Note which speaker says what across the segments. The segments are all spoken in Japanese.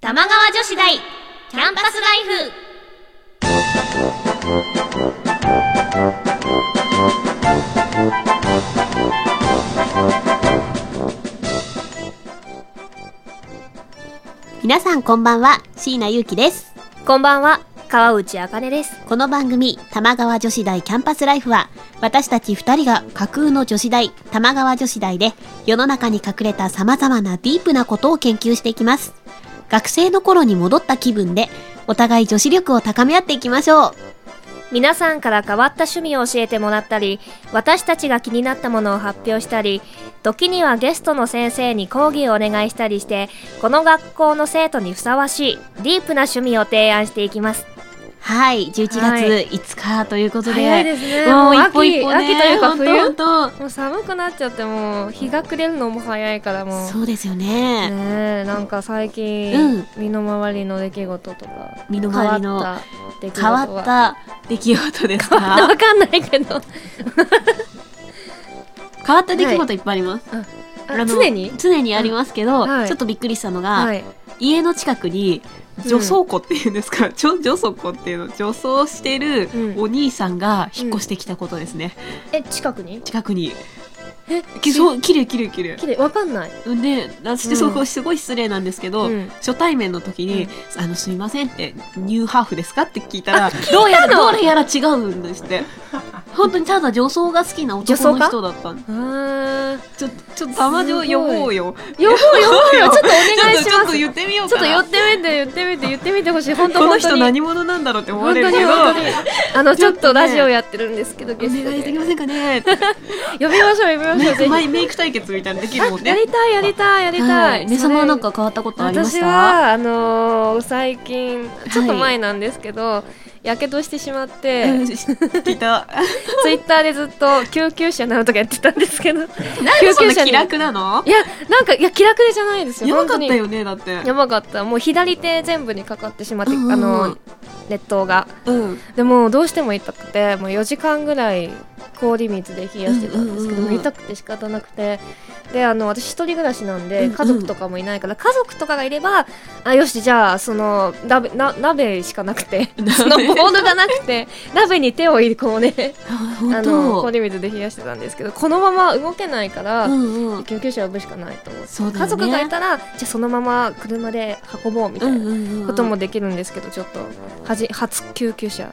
Speaker 1: 玉川女子大キャンパスライフ
Speaker 2: 皆さんこんばんは椎名優樹です
Speaker 1: こんばんは川内あかねです
Speaker 2: この番組玉川女子大キャンパスライフは私たち2人が架空の女子大玉川女子大で世の中に隠れた様々なディープなことを研究していきます学生の頃に戻った気分でお互い女子力を高め合っていきましょう
Speaker 1: 皆さんから変わった趣味を教えてもらったり私たちが気になったものを発表したり時にはゲストの先生に講義をお願いしたりしてこの学校の生徒にふさわしいディープな趣味を提案していきます
Speaker 2: はい11月
Speaker 1: はい
Speaker 2: 5日ということで、
Speaker 1: ですね
Speaker 2: もう一歩一歩ね本当本
Speaker 1: もう寒くなっちゃってもう日が暮れるのも早いからもう
Speaker 2: 当そうですよ
Speaker 1: ね
Speaker 2: ね
Speaker 1: えなんか最近、身の回りの出来事とか
Speaker 2: 身の回りの
Speaker 1: 変わった出来事
Speaker 2: 変
Speaker 1: は
Speaker 2: わった出来事です
Speaker 1: 変 わった
Speaker 2: か
Speaker 1: わかんないけど
Speaker 2: 変わった出来事いっぱいあります、あの
Speaker 1: 常に
Speaker 2: 常にありますけど、
Speaker 1: はい
Speaker 2: ちょっとびっくりしたのが、
Speaker 1: はい
Speaker 2: 家の近くに女装庫っていうんですか、 ちょ女装庫っていうの女装してる
Speaker 1: うん
Speaker 2: お兄さんが引っ越してきたことですね、
Speaker 1: え近くに
Speaker 2: 近くに
Speaker 1: え
Speaker 2: きそうきれいきれいきれい
Speaker 1: 綺麗わかんない
Speaker 2: で私そこ
Speaker 1: うん
Speaker 2: すごい失礼なんですけど、
Speaker 1: うん
Speaker 2: 初対面の時に
Speaker 1: うん
Speaker 2: 「あのすいません」って「ニューハーフですか?」って聞いたら
Speaker 1: いたの
Speaker 2: どうやらどれやら違うんですって本当にただ女装が好きな男の人だったの
Speaker 1: うーん
Speaker 2: ちょちょっとたまに呼ぼうよ
Speaker 1: 呼ぼ う呼ぼうよちょっとお願いし
Speaker 2: ちょっ
Speaker 1: ま
Speaker 2: と
Speaker 1: すち
Speaker 2: 言
Speaker 1: ょ
Speaker 2: ってみよ
Speaker 1: っ
Speaker 2: う
Speaker 1: と
Speaker 2: か
Speaker 1: 寄
Speaker 2: な
Speaker 1: ってみて言ってみて言ってみてほしい本当
Speaker 2: この
Speaker 1: 本当
Speaker 2: 人
Speaker 1: に
Speaker 2: 何者なんだろうって思わ
Speaker 1: 本
Speaker 2: れ
Speaker 1: 当
Speaker 2: るけ
Speaker 1: に
Speaker 2: ど
Speaker 1: 本当にあのちょっ
Speaker 2: ちょっと
Speaker 1: と
Speaker 2: ね
Speaker 1: ラジオやってるんですけど
Speaker 2: お
Speaker 1: ゲスト
Speaker 2: 願いでき
Speaker 1: で
Speaker 2: ません かね。
Speaker 1: 呼びましょう呼びましょうぜひ
Speaker 2: マイメイク対決みたいなのできるもん
Speaker 1: や
Speaker 2: ね。
Speaker 1: りたいやりたいやりたい
Speaker 2: ね
Speaker 1: そ
Speaker 2: さ
Speaker 1: れ
Speaker 2: まなんか変わったことありまし
Speaker 1: 私
Speaker 2: た。
Speaker 1: はあのー最近
Speaker 2: い
Speaker 1: ちょっと前なんですけどやけどしてしまって、
Speaker 2: うん聞い た。
Speaker 1: ツイッターでずっと救急車なのとかやってたんですけど
Speaker 2: なんでそんな
Speaker 1: 救急車に
Speaker 2: 気楽なの
Speaker 1: い？やなんかいや気楽でじゃないですよ
Speaker 2: やばかった
Speaker 1: 本
Speaker 2: よねだって
Speaker 1: 当に。やばかったもう左手全部にかかってしまって、
Speaker 2: うんうんうん
Speaker 1: あの熱湯が
Speaker 2: うん。
Speaker 1: でもうどうしても痛くてもう4時間ぐらい氷水で冷やしてたんですけど、
Speaker 2: うんうんうんうん
Speaker 1: 痛くて仕方なくてであの私一人暮らしなん
Speaker 2: うん
Speaker 1: で
Speaker 2: うん
Speaker 1: 家族とかもいないから、家族とかがいればあよしじゃあその鍋な鍋しかなくてそのボードがなくて鍋に手を入れこうね
Speaker 2: あ
Speaker 1: あ
Speaker 2: 本
Speaker 1: の
Speaker 2: 当。
Speaker 1: 氷水で冷やしてたんですけどこのまま動けないから、
Speaker 2: うんうん。
Speaker 1: 救急車呼ぶしかないと思って、
Speaker 2: そうだよね
Speaker 1: 家族がいたらじゃあそのまま車で運ぼうみたいな
Speaker 2: うん
Speaker 1: こともできるんですけど、ちょっとはじ初救急車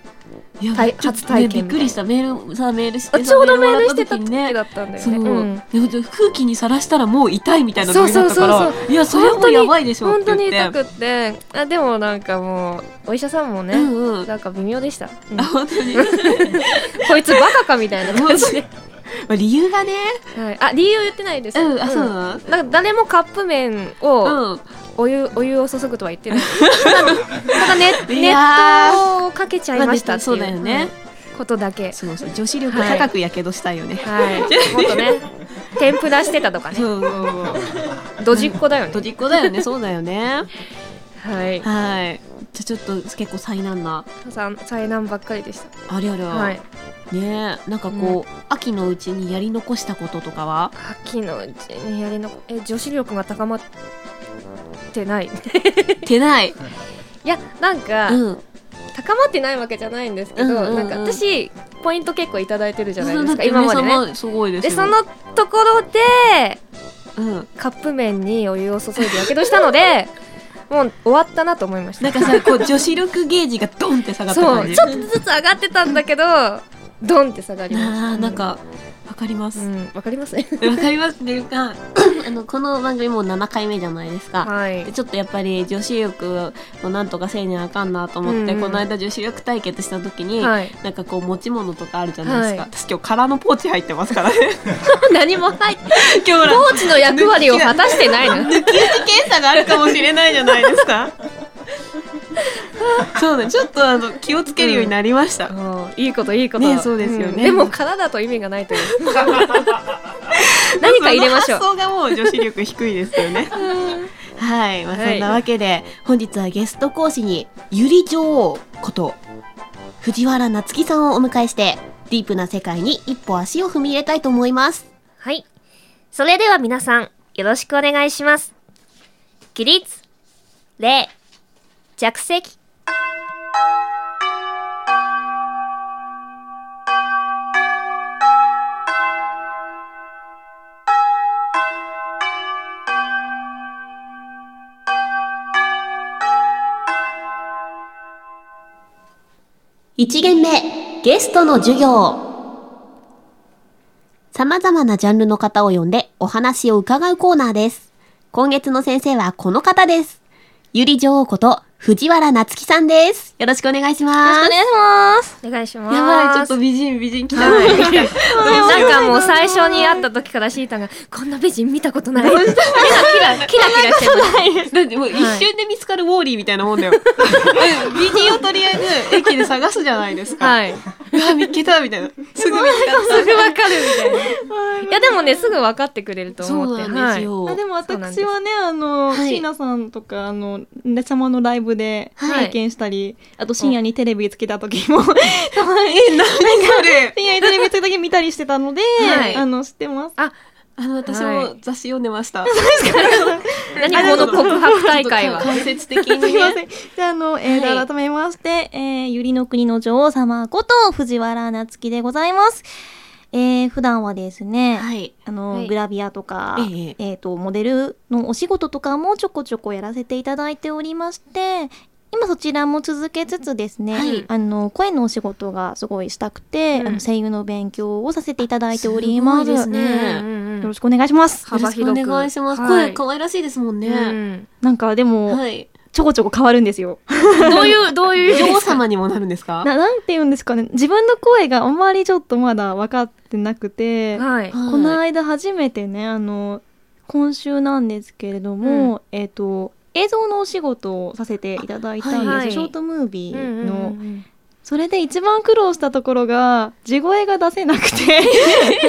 Speaker 2: いや
Speaker 1: 体
Speaker 2: ちょっと
Speaker 1: 初体験みたい
Speaker 2: ねびっくりしたメールさメールし
Speaker 1: あ
Speaker 2: て
Speaker 1: ちょうどメールしてた
Speaker 2: 時
Speaker 1: 時
Speaker 2: にね
Speaker 1: だったんだよ
Speaker 2: そう
Speaker 1: ね。うん
Speaker 2: でも空気にさらしたらもう痛いみたいなノリだったか
Speaker 1: そう
Speaker 2: ら
Speaker 1: そう
Speaker 2: いやそれはもうやばいでしょっ
Speaker 1: 本
Speaker 2: て
Speaker 1: 当
Speaker 2: 言っ
Speaker 1: に
Speaker 2: て
Speaker 1: 痛くってあでもなんかもうお医者さんもね、
Speaker 2: うんうん
Speaker 1: なんか微妙でした、うん
Speaker 2: あ本当にま
Speaker 1: こいつバカかみたい な感じで、
Speaker 2: あ理由がね
Speaker 1: はい、あ理由言ってないです、
Speaker 2: うんあそうなの
Speaker 1: なんか誰もカップ麺を
Speaker 2: うん
Speaker 1: お湯,、お湯を注ぐとは言って ないただね熱
Speaker 2: い
Speaker 1: 湯
Speaker 2: やー
Speaker 1: をかけちゃいましたっていう、
Speaker 2: まあそうだよね
Speaker 1: うんことだけ
Speaker 2: そうそう女子力高くやけどしたいよね、
Speaker 1: はいもっとね天ぷらしてたとかね
Speaker 2: そ うそうそう
Speaker 1: ドジっ子だよね
Speaker 2: とじっこだよねそうだよね
Speaker 1: はい
Speaker 2: はいじゃあちょっと結構災難な
Speaker 1: さ災難ばっかりでし
Speaker 2: ありゃりゃ、
Speaker 1: たはい
Speaker 2: ねえなんかこう、秋のうちにやり残したこととか は
Speaker 1: 秋のうちにやりのえ女子力が高まってない
Speaker 2: てない、
Speaker 1: いやなんか、
Speaker 2: うん、
Speaker 1: 高まってないわけじゃないんですけど、
Speaker 2: うんうんうん
Speaker 1: なんか私ポイント結構いただいてるじゃない
Speaker 2: そ
Speaker 1: で
Speaker 2: うだ
Speaker 1: す
Speaker 2: っ
Speaker 1: か
Speaker 2: て
Speaker 1: 今まで
Speaker 2: 皆
Speaker 1: ね
Speaker 2: 様すごいです
Speaker 1: で
Speaker 2: よ
Speaker 1: そのところで
Speaker 2: うん、
Speaker 1: カップ麺にお湯を注いでやけどしたので もう終わったなと思いまし
Speaker 2: な
Speaker 1: た
Speaker 2: んかさこう女子力ゲージがドンって下がった
Speaker 1: そ
Speaker 2: 感
Speaker 1: う
Speaker 2: じ
Speaker 1: ちょっとずつ上がってたんだけどドンって下がりました
Speaker 2: あーなんかわかりま
Speaker 1: う
Speaker 2: すわ、
Speaker 1: んわかりますね
Speaker 2: かりますっていうかあのこの番組もう7回目じゃないですか、
Speaker 1: はい
Speaker 2: でちょっとやっぱり女子力をなんとかせいにあかんなと思って、
Speaker 1: うんうん
Speaker 2: この間女子力対決した時に、
Speaker 1: はい
Speaker 2: なんかこう持ち物とかあるじゃないですか、
Speaker 1: はい
Speaker 2: 私今日空のポーチ入ってますからね
Speaker 1: 何も入って
Speaker 2: 今日ほら
Speaker 1: コーチの役割を果たしてない の
Speaker 2: 検査があるかもしれないじゃないですかそうねちょっとあの気をつけるようになりました、
Speaker 1: いいこといいこと
Speaker 2: ねそうですよね
Speaker 1: んでも殻だと意味がないという 何か入れましょう
Speaker 2: その発想がもう女子力低いです よねはい、まあ、
Speaker 1: はい
Speaker 2: そんなわけで、本日はゲスト講師にゆり女王こと藤原夏樹さんをお迎えしてディープな世界に一歩足を踏み入れたいと思います
Speaker 1: はいそれでは皆さんよろしくお願いします起立礼着席
Speaker 2: 1限目、ゲストの授業。様々なジャンルの方を呼んでお話を伺うコーナーです。今月の先生はこの方です。ゆり女王こと藤原夏樹さんです。よろしくお願いします。
Speaker 3: いします。
Speaker 1: お願いします
Speaker 2: やばい、ちょっと美人、美人来た。
Speaker 1: なんかもう最初に会った時からシータがこんな美人見た ことないキラキラキラキラしてる
Speaker 2: だってもう一瞬で見つかるウォーリーみたいなもんだよ。美人をとりあえず駅で探すじゃないですか。
Speaker 1: はい。
Speaker 2: うわ、見つけたみたいな。すぐ見つかっ
Speaker 1: すぐわかるみたいな。いやでもね、すぐ分かってくれると
Speaker 2: た。
Speaker 1: 思って。
Speaker 3: あでも
Speaker 1: そうなんです
Speaker 3: 私はね、あの、
Speaker 2: はい
Speaker 3: 椎名さんとか、あの、レチャマのライブで
Speaker 1: はい
Speaker 3: 拝見したり、あと深夜にテレビつけた時 も、たまに、
Speaker 2: それ。
Speaker 3: 深夜にテレビつけた時見たりしてたので、
Speaker 1: はい
Speaker 3: あの、知ってます。
Speaker 1: あ、
Speaker 2: あの、私
Speaker 1: は
Speaker 2: も
Speaker 1: い
Speaker 2: 雑誌読んでました。
Speaker 1: 何この告白大会は。
Speaker 2: 間接的
Speaker 3: す
Speaker 2: に
Speaker 3: みま
Speaker 2: ね。
Speaker 3: せん。じゃあ、あの、えー
Speaker 1: はい
Speaker 3: 改めまして、えー、ゆりの国の女王様こと、藤原夏樹でございます。えー、普段はですね、
Speaker 2: はい。
Speaker 3: あの、
Speaker 1: はい
Speaker 3: グラビアとか、え
Speaker 2: ええ
Speaker 3: ーと、モデルのお仕事とかもちょこちょこやらせていただいておりまして、今そちらも続けつつですね、
Speaker 2: はい
Speaker 3: あの、声のお仕事がすごいしたくて、
Speaker 1: うん
Speaker 3: あの声優の勉強をさせていただいております。
Speaker 2: すごいですね
Speaker 1: うんうんうん
Speaker 3: よろしくお願いします。
Speaker 1: 幅広く
Speaker 2: よろしくお願いします。
Speaker 1: はい
Speaker 2: 声可愛らしいですもん
Speaker 1: う
Speaker 2: ね。
Speaker 1: ん
Speaker 3: なんかでも、
Speaker 2: はい。
Speaker 3: ちょこちょこ変わるんですよ。
Speaker 1: どういう、どういう意味
Speaker 2: 女王様にもなるんで すか
Speaker 3: ななんて言うんですかね自分の声があんまりちょっとまだ分かってなくて、
Speaker 1: はい。
Speaker 2: はい
Speaker 3: この間初めてねあの今週なんですけれども、えっ、と映像のお仕事をさせていただいたんですよ、
Speaker 1: はい
Speaker 3: ショートムービーの、
Speaker 1: うんうん
Speaker 3: それで一番苦労したところが地声が出せなく て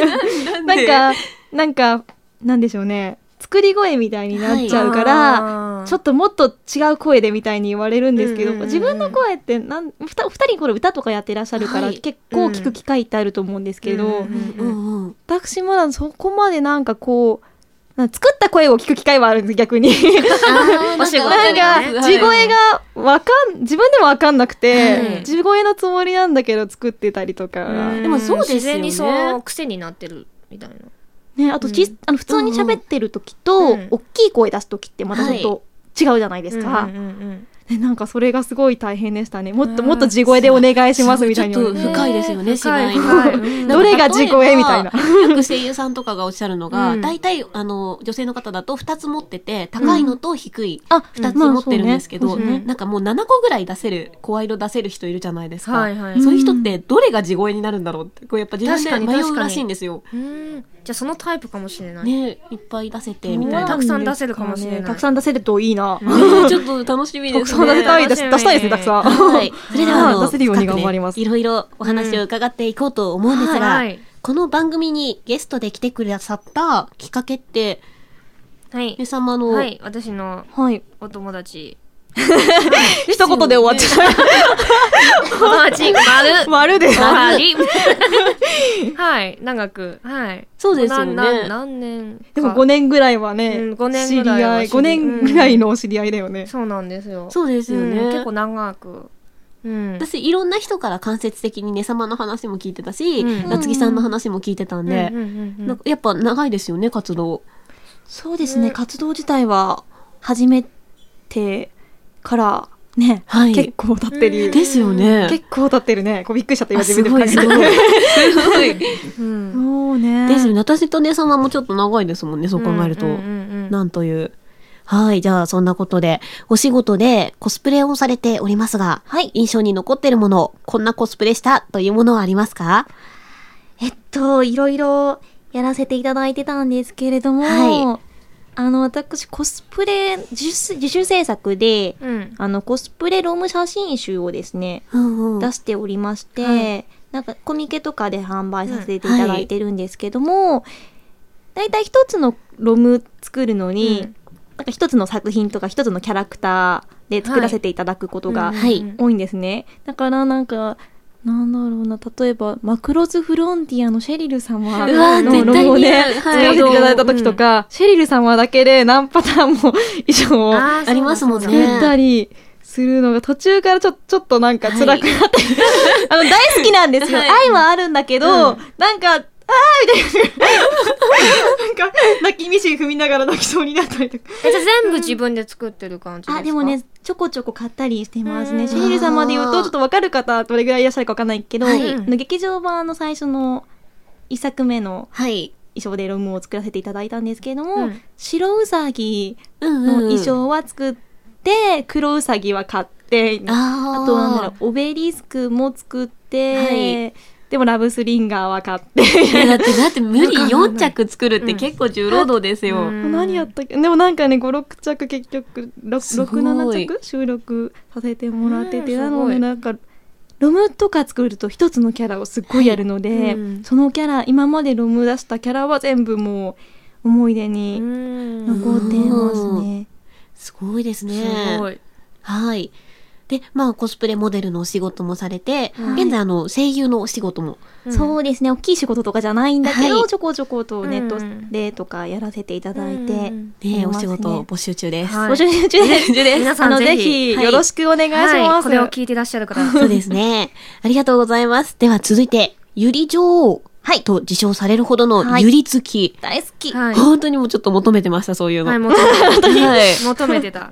Speaker 3: な
Speaker 2: で
Speaker 3: んかなんかなんでしょうね作り声みたいになっちゃうから、
Speaker 1: あー
Speaker 3: ちょっともっと違う声でみたいに言われるんですけど、
Speaker 1: うんうんうん
Speaker 3: 自分の声ってなんふた2人これ歌とかやってらっしゃるから、
Speaker 2: はい
Speaker 3: 結構聞く機会ってあると思うんですけど、
Speaker 1: うん
Speaker 2: うんうん。
Speaker 3: 私まだそこまでなんかこうなんか作った声を聞く機会はあるんです 逆に
Speaker 1: お仕事
Speaker 3: なん
Speaker 2: ね
Speaker 3: か地声がわかん自分でもわかんなくて、
Speaker 1: うん
Speaker 3: 地声のつもりなんだけど作ってたりとか、
Speaker 1: うん
Speaker 2: でもそうですよね
Speaker 1: 自然にそう癖になってるみたいな。
Speaker 3: ね、あとち、
Speaker 1: うん
Speaker 3: あの普通に喋ってる時と、
Speaker 1: うん
Speaker 3: 大きい声出す時ってまたちょっと違うじゃないですか、
Speaker 1: うんうんうん
Speaker 3: ね、なんかそれがすごい大変でしたね。もっともっと地声でお願いしますみたい
Speaker 2: ちょっと
Speaker 3: な。
Speaker 2: 深いですよね、
Speaker 1: 深
Speaker 2: 芝
Speaker 1: い
Speaker 2: 居の。
Speaker 1: 深いうん
Speaker 3: どれが地声みたいな。
Speaker 2: よく声優さんとかがおっしゃるのが、
Speaker 1: うん
Speaker 2: 大体、あの、女性の方だと2つ持ってて、高いのと低い
Speaker 3: あ、
Speaker 2: 2つ持ってるんですけど、
Speaker 1: まあそうね
Speaker 2: なんかもう7個ぐらい出せる、声色出せる人いるじゃないですか。
Speaker 1: はいはい。
Speaker 2: そういう人ってどれが地声になるんだろうって、こうやっぱ自分
Speaker 1: 確か
Speaker 2: で
Speaker 1: に
Speaker 2: 迷
Speaker 1: 確
Speaker 2: う
Speaker 1: かに
Speaker 2: らしいんですよ。
Speaker 1: うんじゃあそのタイプかもしれない。
Speaker 2: ねいっぱい出せて、みた
Speaker 3: みた
Speaker 2: い
Speaker 3: い
Speaker 2: な。
Speaker 1: た
Speaker 3: な
Speaker 1: くさん出せるかもしれない
Speaker 3: たくさん出せるといいな。
Speaker 2: ねちょっと楽しみ
Speaker 3: た
Speaker 2: で
Speaker 3: く
Speaker 2: す
Speaker 3: さん
Speaker 2: ね。
Speaker 3: 出せたいです。
Speaker 1: 楽しみ
Speaker 3: 出したいです、たくさん。
Speaker 2: はい。それでは、あの、
Speaker 3: 出せるように
Speaker 2: 深くね
Speaker 3: 頑張ります
Speaker 2: いろいろお話を伺っていこうと思うんですが、
Speaker 1: はい。
Speaker 2: この番組にゲストで来てくださったきっかけって、
Speaker 1: はい
Speaker 2: ね。様の、
Speaker 1: はい。私の
Speaker 3: はい。
Speaker 1: お友達。
Speaker 3: 一言で終わっちゃう。
Speaker 1: お友 達、 丸。
Speaker 3: 丸です。
Speaker 1: マ リ。はい。長く。はい。
Speaker 2: そうですよね
Speaker 1: なな何年か
Speaker 3: でも5年ぐらいは
Speaker 1: うん
Speaker 3: ね、
Speaker 1: 五年
Speaker 3: 知
Speaker 1: ぐ
Speaker 3: り
Speaker 1: らいは
Speaker 3: 合い、5年ぐらいのお知り合いだよね。
Speaker 1: そうなんですよ。
Speaker 2: そうですよね。
Speaker 1: うん結構長く。うん。
Speaker 2: 私、いろんな人から間接的にね様の話も聞いてたし、
Speaker 1: うん
Speaker 2: 夏木さんの話も聞いてたんで、
Speaker 1: うんうんうんうん
Speaker 2: なんかやっぱ長いですよね、活動。
Speaker 3: そうです
Speaker 1: ね
Speaker 3: 活動自体は、初めてから、ね、
Speaker 2: はい。
Speaker 3: 構経
Speaker 1: ってる
Speaker 2: ですよね。
Speaker 3: 結構経ってるね。こうびっくりしちゃった今
Speaker 2: あ
Speaker 3: 自
Speaker 2: す
Speaker 3: 分で
Speaker 2: ごい、すご
Speaker 3: も
Speaker 2: い。 すごい。で
Speaker 1: うん
Speaker 3: もうね
Speaker 2: すよね。私とね様もちょっと長いですもんね、そう考えると。
Speaker 1: うんうんうんうん
Speaker 2: なんという。はい。じゃあ、そんなことで、お仕事でコスプレをされておりますが、
Speaker 3: はい
Speaker 2: 印象に残ってるもの、こんなコスプレしたというものはありますか
Speaker 3: えっと、いろいろやらせていただいてたんですけれども、
Speaker 2: は
Speaker 3: あの、私、コスプレ、自主自主制作で、
Speaker 1: うん。
Speaker 3: あの、コスプレロム写真集をですね、
Speaker 2: うんうん
Speaker 3: 出しておりまして、
Speaker 1: はい
Speaker 3: なんかコミケとかで販売させていただいてるんですけども、大体一つのロム作るのに、
Speaker 1: うん
Speaker 3: なんか一つの作品とか一つのキャラクターで作らせていただくことが
Speaker 2: はい
Speaker 1: うん
Speaker 3: 多いんですね。だからなんか、なんだろうな、例えば、マクロズ・フロンティアのシェリル様
Speaker 1: うわ
Speaker 3: の
Speaker 1: 絶
Speaker 3: ロ
Speaker 1: 対
Speaker 3: ゴを
Speaker 2: 似
Speaker 3: ね
Speaker 2: 合う、
Speaker 3: 作
Speaker 2: はい
Speaker 3: らせていただいた時とか、シェリル様だけで何パターンも 衣装を
Speaker 1: あー
Speaker 2: ありますもんね
Speaker 1: そうだそうだ
Speaker 3: 作ったり、するのが途中からちょちょっとなんか辛くなって、あの大好きなんですよ、
Speaker 2: はい
Speaker 3: 愛はあるんだけど、
Speaker 2: うん
Speaker 3: なんかあーみ たいななんか泣きミシン踏みながら泣きそうになったりとか
Speaker 1: えじゃあ全部自分で作ってる感じですか
Speaker 3: あでもねちょこちょこ買ったりしてます
Speaker 1: う
Speaker 3: ね
Speaker 1: ん
Speaker 3: シェリル様で言う
Speaker 2: あー
Speaker 3: とちょっと分かる方どれぐらいいらっしゃるか分かんないけど、
Speaker 2: はい
Speaker 3: あの劇場版の最初の一作目の
Speaker 2: はい。
Speaker 3: 衣装でロムを作らせていただいたんですけれども、
Speaker 1: うん
Speaker 3: 白ウサギ
Speaker 2: うん
Speaker 3: の衣装は作って、黒ウサギは買ってあ
Speaker 2: あー
Speaker 3: とはなんだろうオベリスクも作って、
Speaker 2: はい
Speaker 3: でもラブスリンガーは買って
Speaker 2: いやだって、だって無理
Speaker 1: わかんない
Speaker 2: 4着作るって結構重労働ですよ。
Speaker 1: うん
Speaker 3: 何やったっけでもなんかね56着結局
Speaker 2: すごい
Speaker 3: 67着収録させてもらってて、
Speaker 1: うん
Speaker 3: な
Speaker 1: すご
Speaker 3: の
Speaker 1: い
Speaker 3: でなんかロムとか作ると一つのキャラをすっごいやるので、
Speaker 1: うん
Speaker 3: そのキャラ今までロム出したキャラは全部もう思い出
Speaker 1: う
Speaker 3: に
Speaker 1: ん
Speaker 3: 残ってますね。
Speaker 2: すごいですね。
Speaker 1: すごい
Speaker 2: はい。で、まあ、コスプレモデルのお仕事もされて、
Speaker 1: はい
Speaker 2: 現在、あの、声優のお仕事も。
Speaker 3: そうですね大きい仕事とかじゃないんだけど、
Speaker 2: はい
Speaker 3: ちょこちょことネットでとかやらせていただいて、
Speaker 2: ね、お仕
Speaker 3: い
Speaker 2: 事
Speaker 3: ますね
Speaker 2: 募集中です。
Speaker 1: はい
Speaker 3: 募集中です。
Speaker 1: 皆さん
Speaker 3: あの
Speaker 1: ぜ
Speaker 3: ぜ
Speaker 1: ひ
Speaker 3: ひ
Speaker 2: はい
Speaker 3: よろしくお願いします。
Speaker 1: はい、これを聞いてらっしゃる方
Speaker 2: そうですね。ありがとうございます。では、続いて、ゆり女王。と自称されるほどの
Speaker 3: はい
Speaker 2: ゆりつき。
Speaker 3: 大好き
Speaker 1: はい
Speaker 2: 本当にもうちょっと求めてました、そういうの。
Speaker 1: はい
Speaker 2: は
Speaker 1: 求 めて
Speaker 2: い。
Speaker 1: た求めてた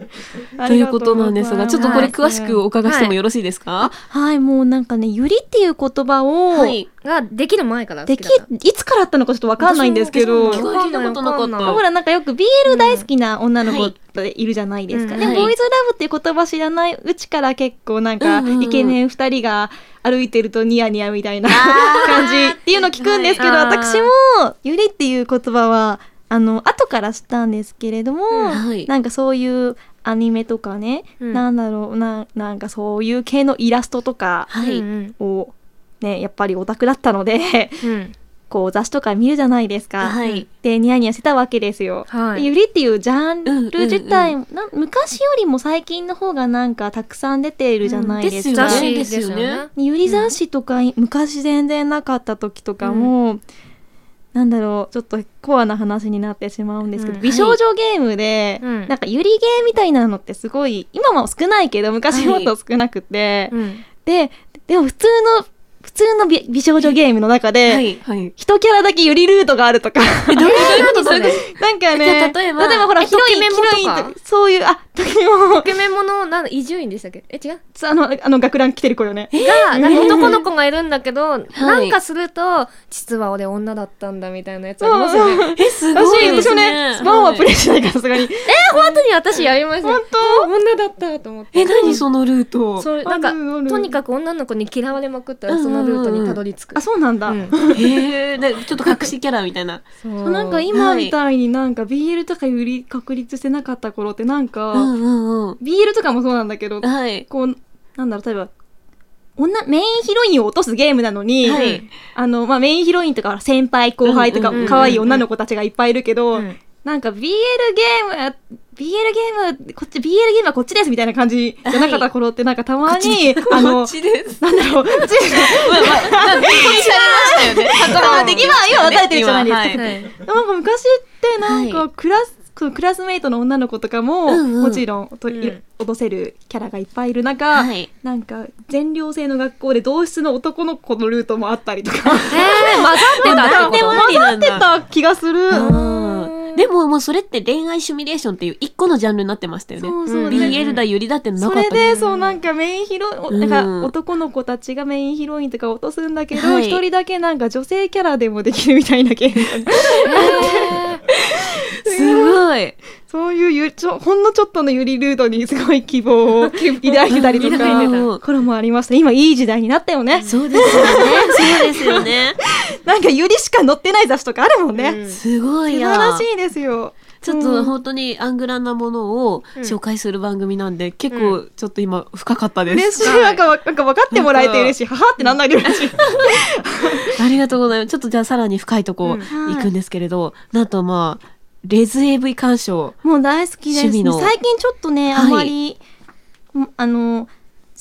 Speaker 2: ということなんですが、ちょっとこれ詳しくお伺いしても
Speaker 1: はい
Speaker 2: よろしいですか
Speaker 3: はい、もうなんかね、ゆりっていう言葉を、
Speaker 2: はい。
Speaker 1: ができる前から好
Speaker 3: で
Speaker 1: き
Speaker 3: き
Speaker 1: だった、
Speaker 3: いつからあったのかちょっとわかんないんですけど、
Speaker 1: 私
Speaker 2: 私
Speaker 1: も
Speaker 2: も
Speaker 3: ほ
Speaker 2: 聞いたことなかった
Speaker 1: わんい
Speaker 2: ほ
Speaker 3: らなんかよく BL 大好きな女の
Speaker 2: は
Speaker 3: 子
Speaker 2: い
Speaker 3: っているじゃないですか。
Speaker 1: うん
Speaker 3: でも、
Speaker 2: はい
Speaker 3: ボーイズラブっていう言葉知らないうちから結構なんか、
Speaker 2: うんうんうん
Speaker 3: イケメン二人が歩いてるとニヤニヤみたいな
Speaker 2: あー
Speaker 3: 感じっていうの聞くんですけど、
Speaker 1: はいあー
Speaker 3: 私も、ゆりっていう言葉は、あの、後から知ったんですけれども、
Speaker 1: うん
Speaker 2: はい
Speaker 3: なんかそういうアニメとかね、
Speaker 1: うん
Speaker 3: なんだろうな、なんかそういう系のイラストとか、
Speaker 2: はい。
Speaker 1: うんうん
Speaker 3: を、ね、やっぱりオタクだったので、
Speaker 1: うん
Speaker 3: こう雑誌とか見るじゃないですか。
Speaker 2: はい
Speaker 3: で、ニヤニヤしてたわけですよ。
Speaker 1: はい
Speaker 3: ゆりっていうジャン
Speaker 2: うんうんうん
Speaker 3: ル自体、な昔よりも最近の方がなんかたくさん出ているじゃないですか。
Speaker 2: うん
Speaker 1: 雑
Speaker 2: ですよ
Speaker 1: 誌で
Speaker 2: ね
Speaker 1: すよね
Speaker 3: ゆり雑誌とか、昔全然なかった時とかも、なんだろうちょっとコアな話になってしまうんですけど、
Speaker 1: うん
Speaker 3: 美少女ゲームで、
Speaker 1: うん
Speaker 3: なんかゆりゲーみたいなのってすごい今も少ないけど昔もっと少なくて、
Speaker 1: うん
Speaker 3: で、でも普通の、普通の美美少女ゲームの中で、
Speaker 2: はい。はい。
Speaker 3: 一キャラだけゆりルートがあるとか。
Speaker 2: どういうこと
Speaker 1: それ
Speaker 3: なんか
Speaker 2: じゃあ
Speaker 3: ね、
Speaker 2: 例えば
Speaker 3: ほら、
Speaker 1: え
Speaker 3: ヒロイ
Speaker 1: とき
Speaker 3: ン、
Speaker 1: め
Speaker 3: ヒ
Speaker 1: も
Speaker 3: ロイ
Speaker 1: とか
Speaker 3: ンとか、そういう、あ、ときめも
Speaker 1: ポ、ケメンものなん伊集院でしたっけえ違う
Speaker 3: あの、あの、学ラン来てる子よね。
Speaker 1: が、なんか
Speaker 3: うん
Speaker 1: 男の子がいるんだけど、なんかすると、実は俺女だったんだみたいなやつありますよね。
Speaker 2: え、す
Speaker 3: 私、
Speaker 2: ごいで
Speaker 3: 私
Speaker 2: す
Speaker 3: も
Speaker 2: ね。
Speaker 3: ね、スパンはプレ
Speaker 2: イ。
Speaker 3: イしないから、さすがに。
Speaker 1: 本当に私やりましたよ
Speaker 3: 本。当
Speaker 1: 女だったと思って。
Speaker 2: え、何そのルート
Speaker 1: そう、なんか、
Speaker 3: あるある
Speaker 1: とにかく女の子に嫌われまくったら、そのルートにたどり着く
Speaker 3: あ、。そうなんだ。
Speaker 1: うん
Speaker 2: へ え、でちょっと隠しキャラみたいな。
Speaker 1: そう
Speaker 3: なんか今みたいになんか BL とかより確立してなかった頃ってなんか、
Speaker 2: うんうんうん。
Speaker 3: BL とかもそうなんだけど、
Speaker 2: はい。
Speaker 3: こう、なんだろう、例えば、女、メインヒロインを落とすゲームなのに、
Speaker 2: はい。
Speaker 3: あの、まあ、メインヒロインとか先輩後輩とか
Speaker 2: うんうんうん
Speaker 3: 可愛い女の子たちがいっぱいいるけ
Speaker 1: う
Speaker 3: ど、
Speaker 1: ん
Speaker 3: なんか BL ゲーム、BL ゲーム、こっち、BL ゲームはこっちですみたいな感じじゃなかった頃ってなんかたまに、あ
Speaker 2: こ
Speaker 3: の
Speaker 2: っ、ちです。
Speaker 3: なんだろう、こっち
Speaker 2: まあまあ、まあ、こっちあ りましたよね。
Speaker 3: 今
Speaker 2: まあできますよね
Speaker 3: 今分かれてるじゃないですか
Speaker 2: 今は
Speaker 1: はい
Speaker 3: なんか昔ってなん
Speaker 2: は
Speaker 3: かクラス、こうクラスメイトの女の子とかも、
Speaker 2: うんうん
Speaker 3: もちろんおと、
Speaker 1: うん
Speaker 3: い落とせるキャラがいっぱいいる中、
Speaker 2: はい。
Speaker 3: なんか全寮制の学校で同室の男の子のルートもあった りとか、
Speaker 1: えー、混ざってた
Speaker 2: 何
Speaker 1: って
Speaker 2: で
Speaker 1: こ
Speaker 2: も
Speaker 1: と
Speaker 2: ありなん
Speaker 3: 出
Speaker 2: だ。
Speaker 3: た気がする。
Speaker 2: うんでももうそれって恋愛シミュレーションっていう一個のジャンルになってましたよね。
Speaker 3: そうそう、
Speaker 1: うん
Speaker 3: なんか
Speaker 2: BL だ、ユリだってなかっ
Speaker 3: そ
Speaker 2: た
Speaker 3: れ
Speaker 2: もん
Speaker 3: で、そうなんかメインヒロイン、
Speaker 2: うん
Speaker 3: なんか男の子たちがメインヒロインとか落とすんだけど、一、
Speaker 2: はい
Speaker 3: 人だけなんか女性キャラでもできるみたいなゲーム。
Speaker 2: すごい。
Speaker 3: そういうゆちょ、ほんのちょっとのゆりルートにすごい希望 を抱いてたり
Speaker 1: 抱いて
Speaker 3: と
Speaker 2: た
Speaker 3: か、頃もありました。今いい時代になったよね。
Speaker 2: そうですよね。 そうですよね。
Speaker 3: なんかゆりしか載ってない雑誌とかあるもんね。
Speaker 1: うん
Speaker 2: すごい
Speaker 3: 素晴
Speaker 2: や。
Speaker 3: らしいですよ。
Speaker 2: ちょっと本当にアングラなものを紹介する番組なんで、結構ちょっと今深かったです。
Speaker 3: 嬉しい。なんかわ、なんか分かってもらえて嬉しい。ははってなんないで嬉しい。
Speaker 2: ありがとうございます。ちょっとじゃあさらに深いとこ
Speaker 1: うん
Speaker 2: 行くんですけれど、なんとまあ、レズ AV 鑑賞。
Speaker 3: もう大好きです、
Speaker 2: 趣味の
Speaker 3: 最近ちょっとね、
Speaker 2: はい
Speaker 3: あまり、んあの、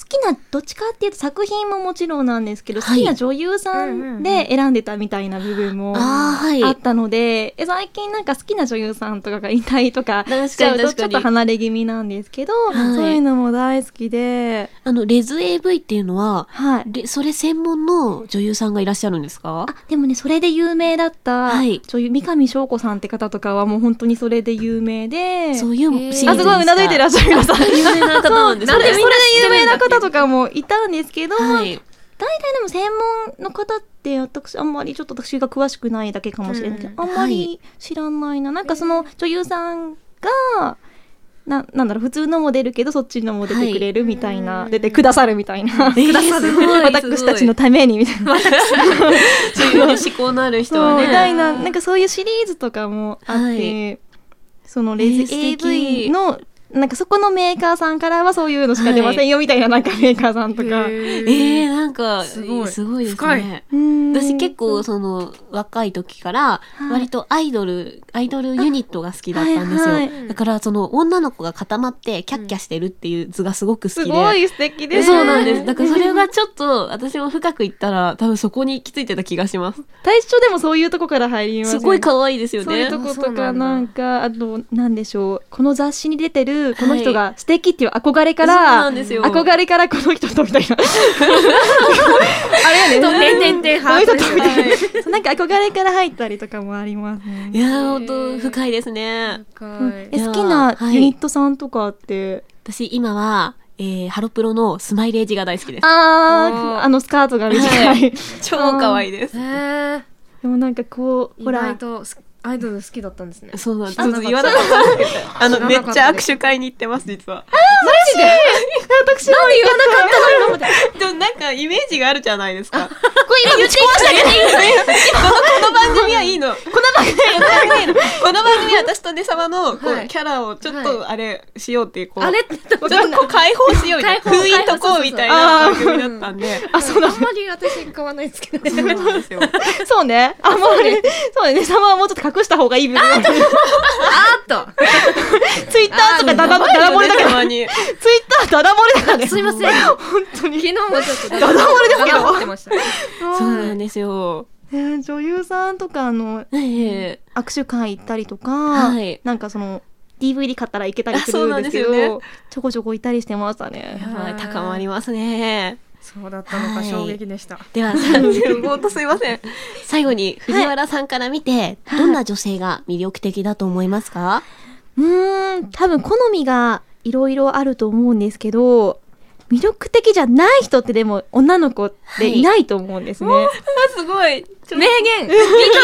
Speaker 3: きなどっちかっていうと作品ももちろんなんですけど、
Speaker 2: はい
Speaker 3: 好きな女優さ
Speaker 1: うんうんうん
Speaker 3: んで選んでたみたいな部分もあ
Speaker 2: ああ、はい。
Speaker 3: ったので、え最近なんか好きな女優さんとかがいないとか
Speaker 2: かに
Speaker 3: しちゃうと
Speaker 2: 確
Speaker 3: ち
Speaker 2: か
Speaker 3: ょ
Speaker 2: に
Speaker 3: っと離れ気味なんですけど、
Speaker 2: はい
Speaker 3: そういうのも大好きで、
Speaker 2: あの、レズ AV っていうのは、
Speaker 3: はい。
Speaker 2: レそれ専門の女優さんがいらっしゃるんですか
Speaker 3: あでもねそれで有名だった、
Speaker 2: はい
Speaker 3: 女優三上翔子さんって方とかはもう本当にそれで有名で
Speaker 2: そういう不思議
Speaker 1: えー
Speaker 2: で
Speaker 3: あすごいうなずいてらっしゃる皆さん
Speaker 2: 有名な方なんです
Speaker 3: そう
Speaker 1: なんでみんな知って
Speaker 3: 有
Speaker 1: るんだ
Speaker 3: 名
Speaker 1: っ
Speaker 3: な
Speaker 1: け
Speaker 3: 方とかもいたんですけど、
Speaker 2: はい。
Speaker 3: 大体でも専門の方って私あんまりちょっと私が詳しくないだけかもしれないけど、
Speaker 1: う
Speaker 3: あんまり知らないな、なんかその女優さんがななんだろう普通のも出るけどそっちのも出てくれるみたいな、
Speaker 1: うん
Speaker 3: 出てくださるみたいな、
Speaker 2: えーすごいすごい
Speaker 3: 私たちのためにみたいな
Speaker 2: そういう思考のある人
Speaker 3: そう
Speaker 2: は
Speaker 3: み
Speaker 2: ね。
Speaker 3: たいななんかそういうシリーズとかもあって、そのレ
Speaker 2: えー素
Speaker 3: ズ
Speaker 2: 敵
Speaker 3: AV のなんかそこのメーカーさんからはそういうのしか出ませんよみたいななんかメーカーさんとか。
Speaker 2: ええ
Speaker 1: え
Speaker 2: ー、なんか、
Speaker 1: すごい
Speaker 2: すごいです
Speaker 1: 深
Speaker 2: ね
Speaker 1: い。
Speaker 2: 私
Speaker 3: 私
Speaker 2: 結構その若い時から
Speaker 3: い
Speaker 2: 割とアイドル、アイドルユニットが好きだったんですよ。
Speaker 3: はいはい
Speaker 2: だからその女の子が固まってキャッキャしてるっていう図がすごく好きで。
Speaker 3: すごい 素敵
Speaker 2: え
Speaker 3: です。
Speaker 2: そうなんです。だからそれがちょっと私も深くいったら多分そこに行き着いてた気がします。
Speaker 3: 対象でもそういうとこから入ります
Speaker 2: す
Speaker 3: よね。
Speaker 2: ごい可愛いですよ
Speaker 3: そういう
Speaker 2: ね
Speaker 3: と。こ
Speaker 1: あそ
Speaker 3: と
Speaker 1: うな
Speaker 3: か
Speaker 1: んだ
Speaker 3: なんかあとなんでしょうこの雑誌に出てるこの人が素敵っていう憧れから、
Speaker 2: そうなんですよ。
Speaker 3: 憧れからこの人とみたいなあれやね
Speaker 1: 点点点
Speaker 3: この 人とみたい
Speaker 2: は
Speaker 3: なそうなんか憧れから入ったりとかもありますね
Speaker 2: いやー、本当深いですね。
Speaker 1: 深
Speaker 3: え
Speaker 2: いや
Speaker 3: 好きな
Speaker 2: はい
Speaker 3: ユニットさんとかって、
Speaker 2: 私今は、えー、ハロプロのスマイレージが大好きです。
Speaker 3: あ
Speaker 1: おー
Speaker 3: ああのスカートが短い、
Speaker 2: は
Speaker 3: で
Speaker 2: 超可愛いです
Speaker 1: い。。へ
Speaker 3: もなんかこう
Speaker 1: え。
Speaker 3: ほ
Speaker 1: ほら。
Speaker 3: ら
Speaker 1: 意外とアイドル好きだったんですね。
Speaker 2: そうなんです。
Speaker 1: 知らなかった
Speaker 2: 言わなかったですけど。あ
Speaker 1: 知
Speaker 2: の、
Speaker 1: ら
Speaker 2: め
Speaker 1: な
Speaker 2: っ
Speaker 1: かったです
Speaker 2: ちゃ握手会に行ってます、実は。
Speaker 3: 私も言わなかったの今まで
Speaker 2: でもなんかイメージがあるじゃないですか。こ
Speaker 3: これ今言ってきましたけど
Speaker 2: の番組はいい の。この番組はいいの。この番組は私とね様のこ
Speaker 1: は
Speaker 2: う
Speaker 1: い
Speaker 2: キャラをちょっ
Speaker 1: は
Speaker 2: とあれしようっていう、こう。
Speaker 1: あれって
Speaker 2: ちょっとこう解放しようみたいな。
Speaker 1: 解放
Speaker 2: 封印とこうみたいな番組だったんで。
Speaker 3: あそうだ
Speaker 1: あんまり私買わないですけど
Speaker 2: そう
Speaker 1: ね。
Speaker 2: なんですよ。
Speaker 3: そうね。あんまり、そうね。サマはもうちょっと隠した方がいい部分。
Speaker 1: あーっ
Speaker 3: ツイッターとかダダ、ダダ漏れだけど、
Speaker 2: たまに。
Speaker 3: ツイッターダダ漏れだからね。
Speaker 1: と。すいません。昨
Speaker 3: 本当に。
Speaker 1: 日もちょっとダ
Speaker 3: ダ漏れですけど
Speaker 1: ダ漏ってました。
Speaker 2: そうなんですよ。
Speaker 3: ね女優さんとか、あの、
Speaker 2: ええ。
Speaker 3: 握手会行ったりとか、
Speaker 2: はい
Speaker 3: なんかその、DVD 買ったらいけたりす
Speaker 2: あそう
Speaker 3: る
Speaker 2: なんん
Speaker 3: で
Speaker 2: ですす
Speaker 3: け
Speaker 2: よ
Speaker 3: ど、
Speaker 2: ね
Speaker 3: ちょこちょこいたりしてましたね。
Speaker 2: はい高まりますね。
Speaker 1: そうだったの
Speaker 2: は
Speaker 1: か
Speaker 2: い
Speaker 1: 衝撃でした。
Speaker 2: では、本当すいません。最後に、藤原さんから見て、
Speaker 3: はい
Speaker 2: どんな女性が魅力的だと思いますか
Speaker 3: うーん、多分好みがいろいろあると思うんですけど、魅力的じゃない人ってでも女の子っていないと思うんですね。
Speaker 2: すごい。
Speaker 1: 名言。みんな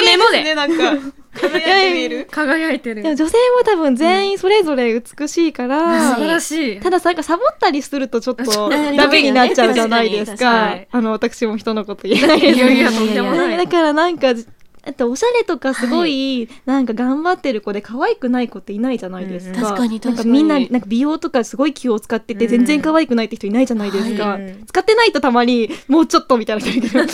Speaker 1: メモで。
Speaker 2: なんか、輝いて見える。
Speaker 1: 輝いてる
Speaker 3: で。も女性も多分全員それぞれ美しいから、
Speaker 2: は
Speaker 1: 素
Speaker 2: い
Speaker 1: 晴らしい。
Speaker 3: ただなんかサボったりするとちょっと
Speaker 2: ね
Speaker 3: ダメになっちゃうじゃないです
Speaker 2: 確か
Speaker 3: か。
Speaker 2: に確
Speaker 3: あの、私も人のこと言えないで
Speaker 1: い
Speaker 3: す
Speaker 1: やいやとんでも
Speaker 2: や
Speaker 1: な
Speaker 3: だ
Speaker 1: い。
Speaker 3: からなんか、あとおしゃれとかすごい、なんか頑張ってる子で可愛くない子っていないじゃないですか。
Speaker 2: うん確かに確かに
Speaker 3: なんかみんな、なんか美容とかすごい気を使ってて、
Speaker 1: うん
Speaker 3: 全然可愛くないって人いないじゃないですか。
Speaker 1: はい
Speaker 3: 使ってないとたまに、もうちょっとみたいな人いるけど。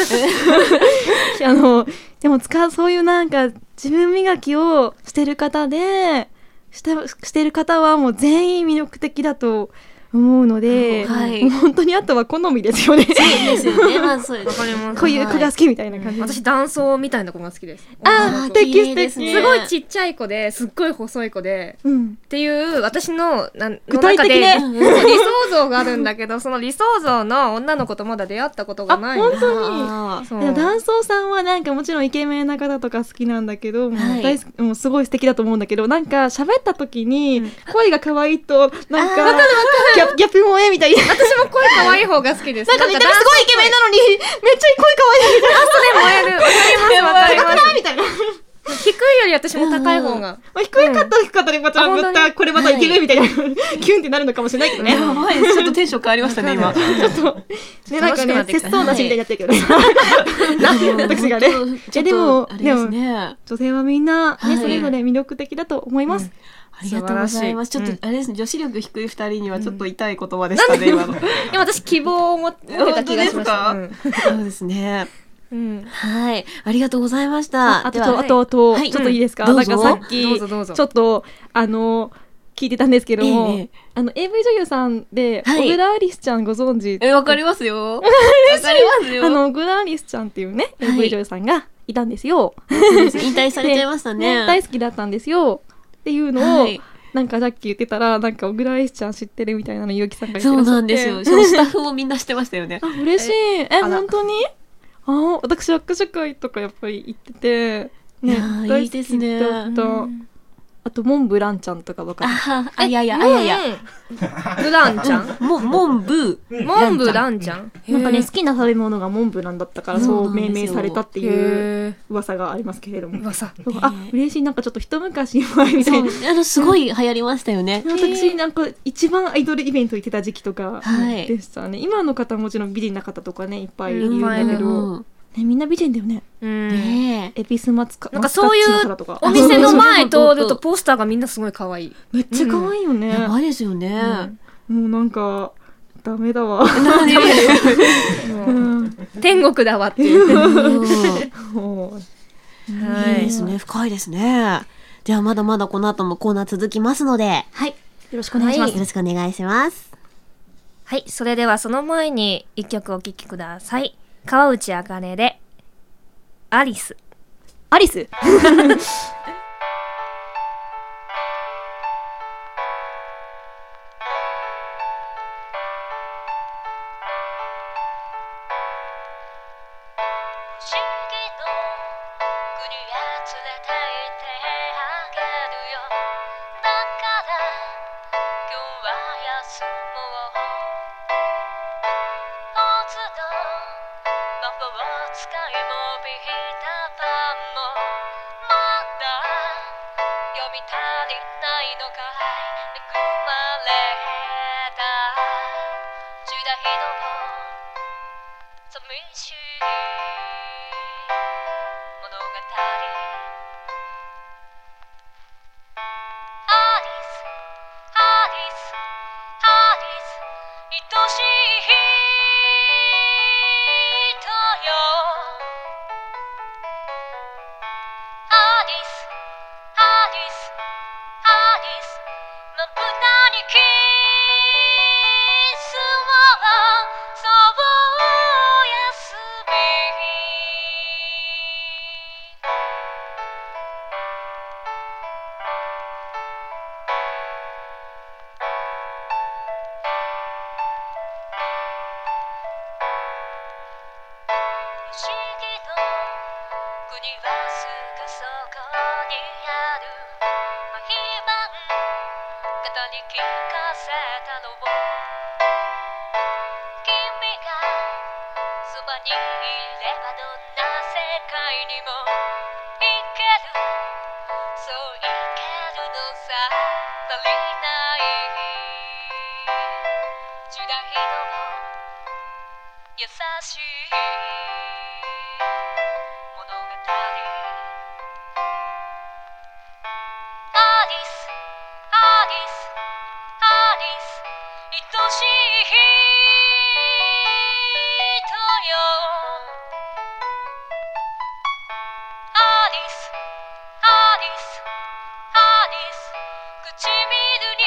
Speaker 3: あの、でも使う、そういうなんか、自分磨きをしてる方で、して、してる方はもう全員魅力的だと思うので、
Speaker 2: はい
Speaker 3: もう本当にあとは好みですよね。
Speaker 2: ですよね。まあ、そう
Speaker 1: わかります
Speaker 3: こういう子が好きみたいな感じ。
Speaker 1: 私男装みたいな子が好きです。
Speaker 2: ー
Speaker 3: あ、素敵素
Speaker 2: 綺麗で
Speaker 3: 敵。
Speaker 2: すね
Speaker 1: すごいちっちゃい子ですっごい細い子で
Speaker 3: うん。
Speaker 1: っていう私のなん
Speaker 3: 具体的ね
Speaker 1: の中でそう理想像があるんだけどその理想像の女の子とまだ出会ったことがない
Speaker 3: あ本当
Speaker 2: あー
Speaker 1: そう
Speaker 3: でも男装さんはなんかもちろんイケメンな方とか好きなんだけど、もう
Speaker 2: はい
Speaker 3: 大好きもうすごい素敵だと思うんだけどなんか喋った時に
Speaker 1: うん
Speaker 3: 声が可愛いとなんかギャギャップ萌えみた いななん
Speaker 1: 私も声可愛い方が好きです
Speaker 3: か見た目すごいイケメンなのに めっちゃ声可愛いみ
Speaker 1: ン
Speaker 3: たいな
Speaker 1: で燃えるわかりますわかりま
Speaker 3: みたいな
Speaker 1: す低いより私も高い方が
Speaker 3: まあ低かったら低かったでまた
Speaker 1: あ本当
Speaker 3: ま
Speaker 1: に
Speaker 3: たこれまたイケメンみたいな、キュンってなるのかもしれないけどね、
Speaker 2: やばいですちょっとテンション変わりましたね、今。
Speaker 3: ねなん
Speaker 1: 楽
Speaker 3: かね
Speaker 1: しくなってき
Speaker 3: 節
Speaker 1: た
Speaker 3: 操なしみたいになってるけどね、私がね
Speaker 2: ちょっ
Speaker 3: でも
Speaker 2: と、あれですね。
Speaker 3: 女性はみんな、ね
Speaker 2: はい
Speaker 3: それぞれ魅力的だと思います、
Speaker 2: ありがとうございます。ち
Speaker 1: 素
Speaker 2: ょ
Speaker 1: 晴らし
Speaker 2: っ
Speaker 1: い
Speaker 2: と、あれですね、女子力低い二人にはちょっと痛い言葉でしたね、今の。
Speaker 1: でも私希望を持ってた気がしました
Speaker 2: 本そうですね。
Speaker 1: うんうん
Speaker 2: はい。ありがとうございまし
Speaker 3: あ
Speaker 2: た。
Speaker 3: あと
Speaker 2: で
Speaker 3: ち
Speaker 2: は
Speaker 3: ょ、あと、あと、
Speaker 2: はい
Speaker 3: ちょっといいですか、
Speaker 2: うん
Speaker 3: なんかさっ
Speaker 1: どう
Speaker 3: き、
Speaker 1: ぞどうぞ
Speaker 3: ちょっと、あの、聞いてたんですけども、
Speaker 2: ええ
Speaker 3: あの AV 女優さんで、
Speaker 2: はい
Speaker 3: 小倉アリスちゃんご存知
Speaker 4: え、わかりますよ。わかりますよ。
Speaker 3: あの小倉アリスちゃんっていうね、
Speaker 2: はい
Speaker 3: AV 女優さんがいたんですよ、
Speaker 2: 引退されちゃいましたね。
Speaker 3: ね大好きだったんですよっていうのを、
Speaker 4: はい
Speaker 3: なんかさっき言ってたらなんか小倉アリスちゃん知ってるみたいなのゆうきさんが言って
Speaker 2: そ
Speaker 3: ら
Speaker 2: うな
Speaker 3: っしゃって
Speaker 2: んですよ。そのスタッフもみんなしてましたよね。
Speaker 3: あ嬉しいえ
Speaker 4: あら
Speaker 3: 本当にあー私学社会とかやっぱり行ってて
Speaker 2: いやー
Speaker 3: 大
Speaker 2: いい
Speaker 3: 好き
Speaker 2: ですね
Speaker 3: だったあとモンブランちゃんとかとか
Speaker 2: あ、あいやいや、あいやいや。
Speaker 1: うんブランちゃん
Speaker 2: も、もんぶー。
Speaker 1: モンブランちゃん
Speaker 3: なんかね
Speaker 4: へー
Speaker 3: 好きな食べ物がモンブランだったからそう命名されたっていう
Speaker 1: へ
Speaker 3: 噂がありますけれども
Speaker 1: ー噂
Speaker 3: そうあ嬉しいなんかちょっと一昔前みたいな
Speaker 2: そうあの、すごい流行りましたよね。
Speaker 3: 私なんか一番アイドルイベント行ってた時期とか
Speaker 2: はい
Speaker 3: でしたね、今の方もちろん美人な方とかねいっぱいいるん
Speaker 1: う
Speaker 3: だ
Speaker 1: ん
Speaker 3: け
Speaker 1: う
Speaker 3: ど、ね、みんな美人だよね
Speaker 1: うん
Speaker 2: ねえ。
Speaker 3: エビスマツカ
Speaker 1: なんかそうい
Speaker 3: マスカ
Speaker 1: う
Speaker 3: ッチの方とか
Speaker 1: お店の前通るとポスターがみんなすごい可愛い
Speaker 3: めっちゃ可愛いよね、
Speaker 2: やばいですよね。
Speaker 3: もうなんかダメだわ、
Speaker 2: なんで
Speaker 3: うん、
Speaker 1: 天国だわって いう。
Speaker 2: うん
Speaker 3: もう
Speaker 1: はい
Speaker 2: いですね。深いですね。ではまだまだこの後もコーナー続きますので、
Speaker 3: はいよろしくお願いします、
Speaker 2: よろしくお願いします。
Speaker 1: はい、それではその前に一曲お聴きください。川内あかねで、アリス。
Speaker 3: アリス
Speaker 5: 「四季の国へ連れて行ってあげるよ」「だから今日は休もう」「オズの魔法使いもビーターパンもまだ読み足りないのかい」「恵まれた時代の」寂しい物語アリスアリスアリス愛しい人よアリスアリスアリスまぶたにキスをそう休み不思議の国はすぐそこにある毎晩語り聞かせたのを君がそばにいればどんな世界にも行けるそういけるのさ足りない時代の優しい物語アリスアリスアリス愛しい人よアリスアリスアリス唇に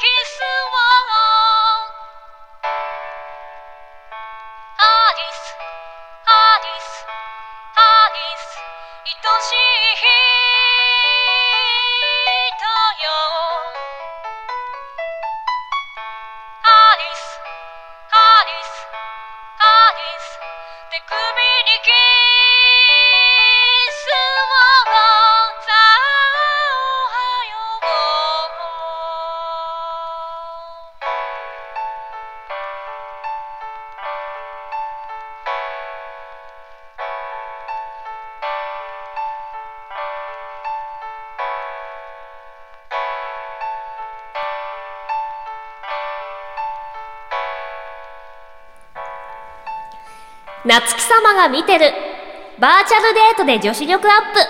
Speaker 5: キスをアリスアリスアリス愛しい人よアリスアリスアリス愛しい人よアリスアリスアリス手首にキスをさあおはよう
Speaker 1: 夏木様が見てる。バーチャルデートで女子力アップ。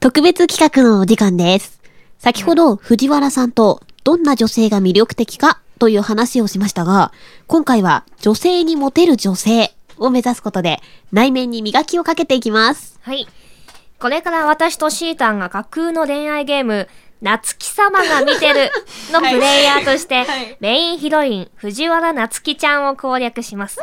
Speaker 2: 特別企画のお時間です。先ほど藤原さんとどんな女性が魅力的かという話をしましたが、今回は女性にモテる女性を目指すことで内面に磨きをかけていきます。
Speaker 1: はい。これから私とシータンが架空の恋愛ゲーム、夏木様が見てる のプレイヤーとして、メインヒロイン、藤原夏木ちゃんを攻略します。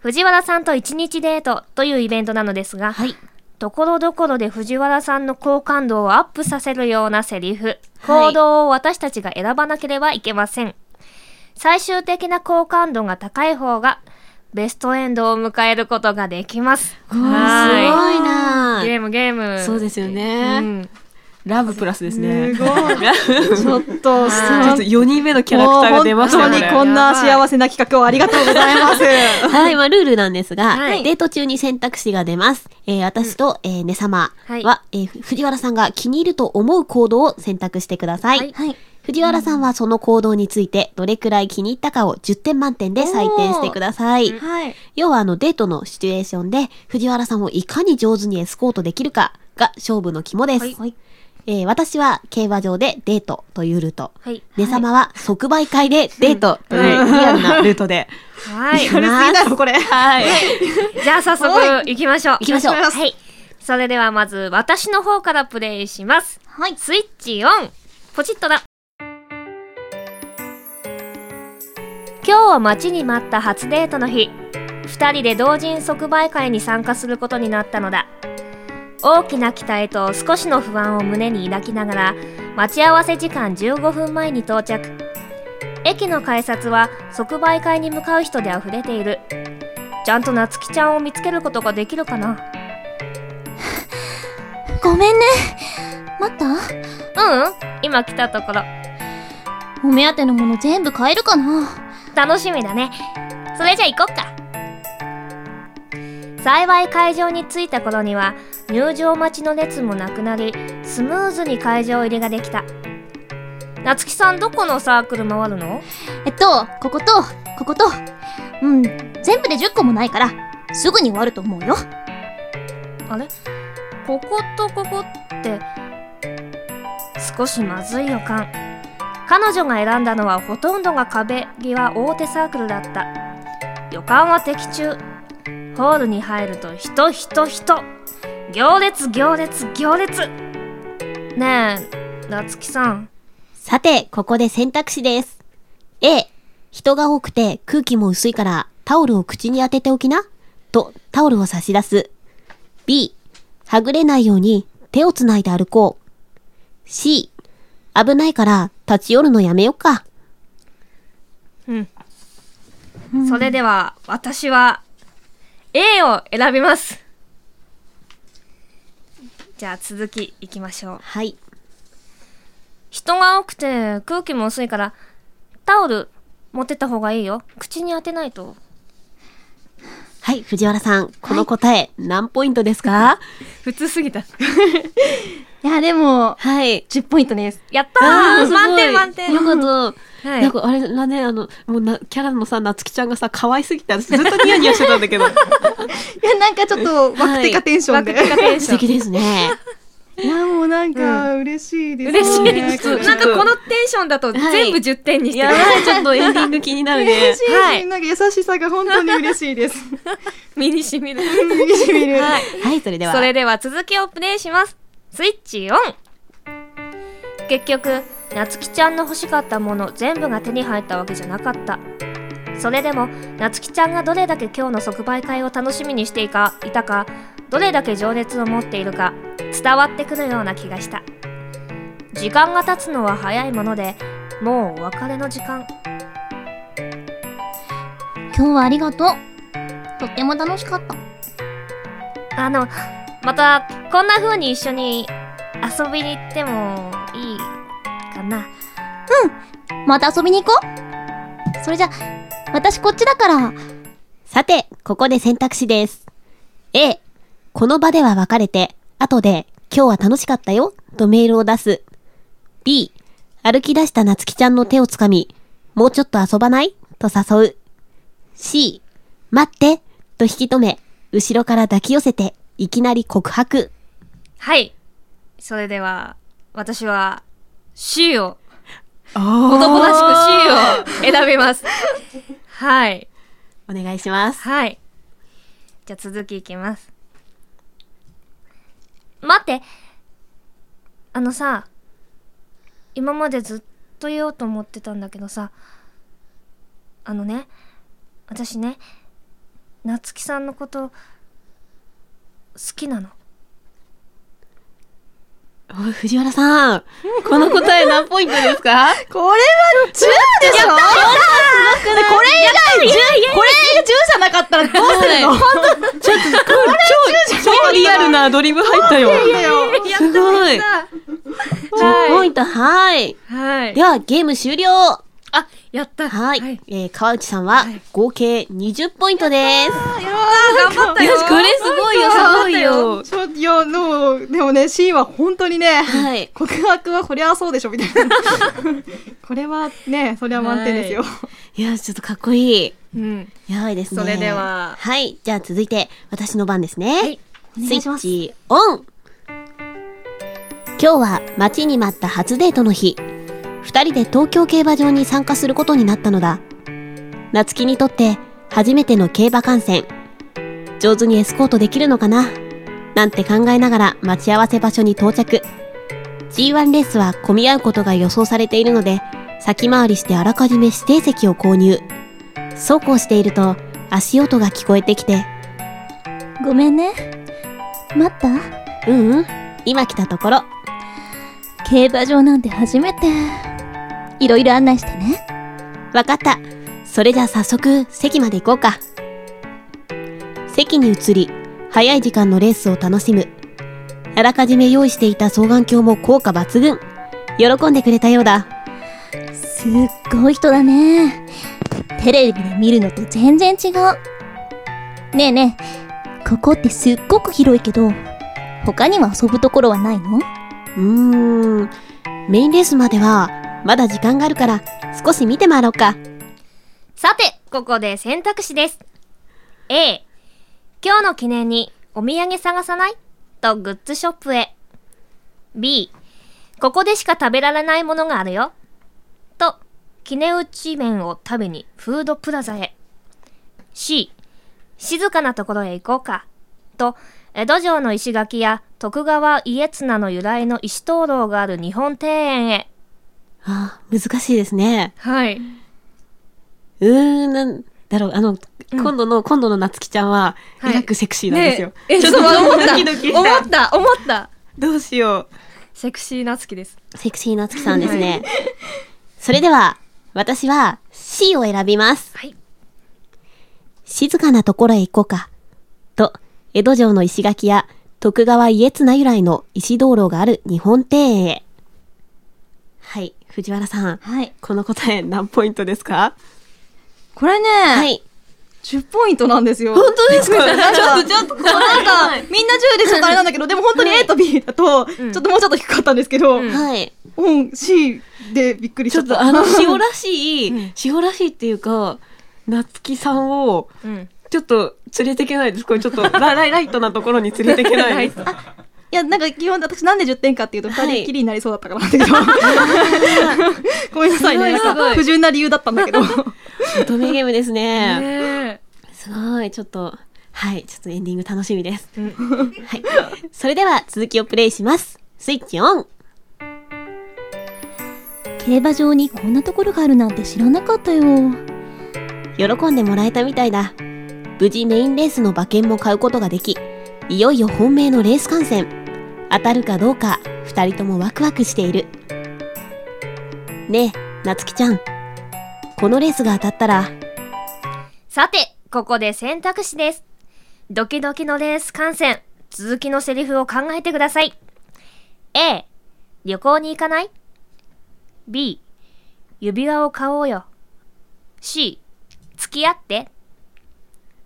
Speaker 1: 藤原さんと一日デートというイベントなのですが、
Speaker 2: はい。
Speaker 1: ところどころで藤原さんの好感度をアップさせるようなセリフ、行動を私たちが選ばなければいけません。最終的な好感度が高い方が、ベストエンドを迎えることができます。
Speaker 2: す
Speaker 1: は
Speaker 2: ごいな
Speaker 1: ーい。ゲームゲーム。
Speaker 4: そうですよ
Speaker 1: う
Speaker 4: ね。
Speaker 1: ん。
Speaker 4: ラブプラスです ね。
Speaker 3: すごい。 ちょっと、
Speaker 4: ちょっと4人目のキャラクターが出ました
Speaker 3: もう本当に
Speaker 4: ね。
Speaker 3: こんな幸せな企画をありがとうございます。
Speaker 2: はい、まあ、ルールなんですが、
Speaker 1: はい
Speaker 2: デート中に選択肢が出ます。えー私と、えー、ねさまは、
Speaker 1: はい
Speaker 2: えーふ藤原さんが気に入ると思う行動を選択してください。
Speaker 1: はい
Speaker 2: はい藤原さんはその行動について、どれくらい気に入ったかを10点満点で採点してください。
Speaker 3: はい。
Speaker 2: 要は、あの、デートのシチュエーションで、藤原さんをいかに上手にエスコートできるかが勝負の肝です。
Speaker 1: はい
Speaker 2: えー私は競馬場でデートというルート。
Speaker 1: はい。
Speaker 2: ねさまは即売会でデートという
Speaker 4: はいリアルなルートで。
Speaker 1: はい。
Speaker 2: やるすぎだろ、これ。
Speaker 4: はい。
Speaker 1: じゃあ早速行きましょう。
Speaker 2: 行きましょう
Speaker 1: はい。それではまず私の方からプレイします。はい。スイッチオン。ポチッとだ。今日は待ちに待った初デートの日。二人で同人即売会に参加することになったのだ。大きな期待と少しの不安を胸に抱きながら、待ち合わせ時間15分前に到着。駅の改札は即売会に向かう人で溢れている。ちゃんと夏希ちゃんを見つけることができるかな
Speaker 6: ごめんね。待った
Speaker 1: ううん今来たところ
Speaker 6: お目当てのもの全部買えるかな
Speaker 1: 楽しみだねそれじゃ行こっか幸い会場に着いた頃には入場待ちの列もなくなりスムーズに会場入りができた夏希さんどこのサークル回るの
Speaker 6: えっと、ここと、ここと、うん、全部で10個もないから、すぐに終わると思うよ。
Speaker 1: あれこことここって少しまずい予感彼女が選んだのはほとんどが壁際大手サークルだった予感は的中ホールに入ると人人人行列行列行列ねえ夏希さん
Speaker 2: さて、ここで選択肢です。A、人が多くて空気も薄いからタオルを口に当てておきな。と、タオルを差し出す。B、はぐれないように手をつないで歩こう。C、危ないから立ち寄るのやめよっか。
Speaker 1: それでは私は A を選びますじゃあ続きいきましょう
Speaker 2: はい。
Speaker 1: 人が多くて空気も薄いからタオル持ってった方がいいよ口に当てないと
Speaker 2: はい、藤原さん、この答え、何ポイントですか
Speaker 1: 普通すぎた
Speaker 3: いや、でも、
Speaker 2: はい。
Speaker 3: 10ポイントです。
Speaker 1: やったー
Speaker 2: ーすごい
Speaker 1: 満点満点
Speaker 2: よかった。
Speaker 1: はい
Speaker 2: なんかあれだね、あの、もうな、キャラのさ、夏希ちゃんがさ、可愛すぎて、私ずっと
Speaker 4: ニヤニヤしてたんだけど。
Speaker 3: いや、なんかちょっと、ワクテカテンションで。
Speaker 1: ワクテカテンシ
Speaker 2: 素
Speaker 1: ョン
Speaker 2: 敵ですね。
Speaker 3: いや、もうなんか、嬉しいです、ね。
Speaker 1: 嬉しい
Speaker 3: 嬉
Speaker 1: ですなんかこのテンションだと
Speaker 2: い
Speaker 1: 全部10点にして
Speaker 2: や
Speaker 1: る、
Speaker 2: ばい、ちょっとエンディング気になるね。
Speaker 3: しい、
Speaker 1: はい
Speaker 3: なんか優しさが本当に嬉しいです。
Speaker 1: 身にしみ る
Speaker 3: みるみ る。
Speaker 1: はい
Speaker 2: はい、それでは。
Speaker 1: それでは続きをプレイしますスイッチオン結局夏希ちゃんの欲しかったもの全部が手に入ったわけじゃなかったそれでも夏希ちゃんがどれだけ今日の即売会を楽しみにしていかいたかどれだけ情熱を持っているか伝わってくるような気がした時間が経つのは早いものでもうお別れの時間
Speaker 6: 今日はありがとう。とっても楽しかった。
Speaker 1: あのまたこんな風に一緒に遊びに行ってもいいかな
Speaker 6: また遊びに行こう。それじゃ、私こっちだから。
Speaker 2: さて、ここで選択肢です。A、この場では別れて、後で、今日は楽しかったよ、とメールを出す。B、歩き出した夏希ちゃんの手をつかみ、もうちょっと遊ばないと誘う。C、待って、と引き止め、後ろから抱き寄せて、いきなり告白。
Speaker 1: はい。それでは、私は C を、
Speaker 4: あ
Speaker 1: 男らしく C を選びます。はい。
Speaker 2: お願いします。
Speaker 1: はい。じゃあ続きいきます。待って。あのさ、今までずっと言おうと思ってたんだけどさ、あのね、私ね、夏希さんのこと、好きなの。
Speaker 2: おい藤原さん、この答え何ポイントですか
Speaker 3: これは10でしょやったこれ以外10これ10じゃなかったらどうするの
Speaker 4: 超リアルなアドリブ入ったよ。
Speaker 2: すごい !10 ポイント、はい。
Speaker 1: はい。
Speaker 2: では、ゲーム終了
Speaker 1: あ、やった。
Speaker 2: はい、
Speaker 1: はい
Speaker 2: えー川内さんは合計20ポイントです。
Speaker 1: 頑張ったよ。
Speaker 2: これすごいよ、すごいよ。
Speaker 3: ちょいやでもでもね C は本当にね、
Speaker 2: はい。
Speaker 3: 告白はこりゃそうでしょみた いなこれはねそれは満点ですよ、
Speaker 2: いや、ちょっとかっこいい。
Speaker 3: うん
Speaker 2: やばいですね。
Speaker 3: それでは
Speaker 2: はい。じゃあ続いて、私の番ですね。
Speaker 1: はい
Speaker 6: お
Speaker 2: ス
Speaker 6: 願
Speaker 2: イ
Speaker 6: いし
Speaker 2: ッ
Speaker 6: ます
Speaker 2: チオン今日は待ちに待った初デートの日。二人で東京競馬場に参加することになったのだ。夏希にとって初めての競馬観戦。上手にエスコートできるのかななんて考えながら待ち合わせ場所に到着。G1 レースは混み合うことが予想されているので、先回りしてあらかじめ指定席を購入。そうこうしていると足音が聞こえてきて、
Speaker 6: ごめんね。待った
Speaker 2: ううん、今来たところ。
Speaker 6: 競馬場なんて初めて。いろいろ案内してね。
Speaker 2: わかった。それじゃあ早速、席まで行こうか。席に移り、早い時間のレースを楽しむ。あらかじめ用意していた双眼鏡も効果抜群。喜んでくれたようだ。
Speaker 6: すっごい人だね。テレビで見るのと全然違う。ねえねえ、ここってすっごく広いけど、他には遊ぶところはないの
Speaker 2: うーん。メインレースまでは、まだ時間があるから、少し見て回ろうか。
Speaker 1: さて、ここで選択肢です。A、今日の記念にお土産探さないとグッズショップへ。B、ここでしか食べられないものがあるよ。と、記念打ち麺を食べにフードプラザへ。C、静かなところへ行こうか。と、江戸城の石垣や徳川家綱の由来の石灯籠がある日本庭園へ。
Speaker 2: ああ、難しいですね。
Speaker 1: はい。
Speaker 2: うーん、なんだろう、あの、今度の、今度の夏希ちゃんは、
Speaker 1: はい
Speaker 2: えらくセクシーなんですよ。
Speaker 1: え、
Speaker 4: ちょっとドキドキした
Speaker 1: 思った、思った。
Speaker 4: どうしよ
Speaker 1: セクシーなつきです。
Speaker 2: セクシーなつきさんですね。それでは、私は C を選びます。
Speaker 1: はい
Speaker 2: 静かなところへ行こうか。と、江戸城の石垣や徳川家綱由来の石灯籠がある日本庭園へ。はい、藤原さん。
Speaker 6: はい。
Speaker 2: この答え何ポイントですか
Speaker 3: これね、
Speaker 2: はい。
Speaker 3: 10ポイントなんですよ
Speaker 2: 当 ですかちょっとちょっと。
Speaker 3: なんか、みんな10でちょっとあれなんだけど、でも本当に A と B だと、ちょっともうちょっと低かったんですけど、うん、
Speaker 2: はい。
Speaker 3: C でびっくりし
Speaker 2: ち
Speaker 3: ちゃ
Speaker 2: ょっ
Speaker 3: った。
Speaker 2: とあ の、塩らしい、塩らしいっていうか、夏希さんを、
Speaker 1: うん。
Speaker 4: う。ちょっと連れてけないです。これちょっとラライライトなところに連れてけないです。
Speaker 3: いや、なんか基本私なんで10点かっていうと、
Speaker 2: は
Speaker 3: 2
Speaker 2: い
Speaker 3: 人っきりになりそうだったからなんだけ ど。ごめんなさい
Speaker 2: すご
Speaker 3: ね。
Speaker 2: い
Speaker 3: なん
Speaker 2: すご
Speaker 3: か
Speaker 2: い
Speaker 3: 不純な理由だったんだ けど。
Speaker 2: 乙女ゲームですね。
Speaker 1: え
Speaker 2: すごい、ちょっと、はい、ちょっとエンディング楽しみです。はい。それでは続きをプレイします。スイッチオン
Speaker 6: 競馬場にこんなところがあるなんて知らなかったよ。
Speaker 2: 喜んでもらえたみたいだ。無事メインレースの馬券も買うことができ、いよいよ本命のレース観戦。当たるかどうか、二人ともワクワクしている。ねえ、なつきちゃん。このレースが当たったら、
Speaker 1: さて、ここで選択肢です。ドキドキのレース観戦。続きのセリフを考えてください。A、旅行に行かない ?B、指輪を買おうよ。C、付き合って。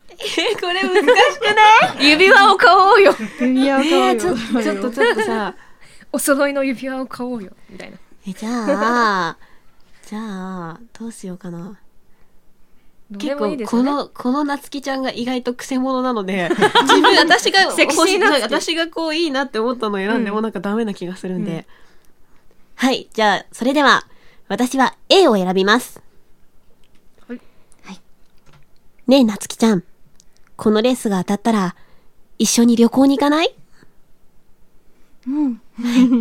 Speaker 4: これ難しくない
Speaker 1: 指輪を買おうよ。
Speaker 3: 指輪を買おうよ。
Speaker 4: ちょっとちょっとさ、
Speaker 1: お揃いの指輪を買おうよ。みたいな。
Speaker 2: え、じゃあ、じゃあ、どうしようかな。
Speaker 1: で
Speaker 4: 結
Speaker 1: もいい
Speaker 4: 構
Speaker 1: です
Speaker 4: こ
Speaker 1: よね。
Speaker 4: の、この夏希ちゃんが意外とクセ者なの で、自分、私が、
Speaker 1: セクシー
Speaker 4: 欲しい
Speaker 1: 夏希
Speaker 4: 私がこういいなって思ったのを選んでもなんかダメな気がするんで。
Speaker 2: はい、じゃあ、それでは、私は A を選びます。
Speaker 1: はい。
Speaker 2: ねえ、なつきちゃん。このレースが当たったら、一緒に旅行に行かない
Speaker 3: うん。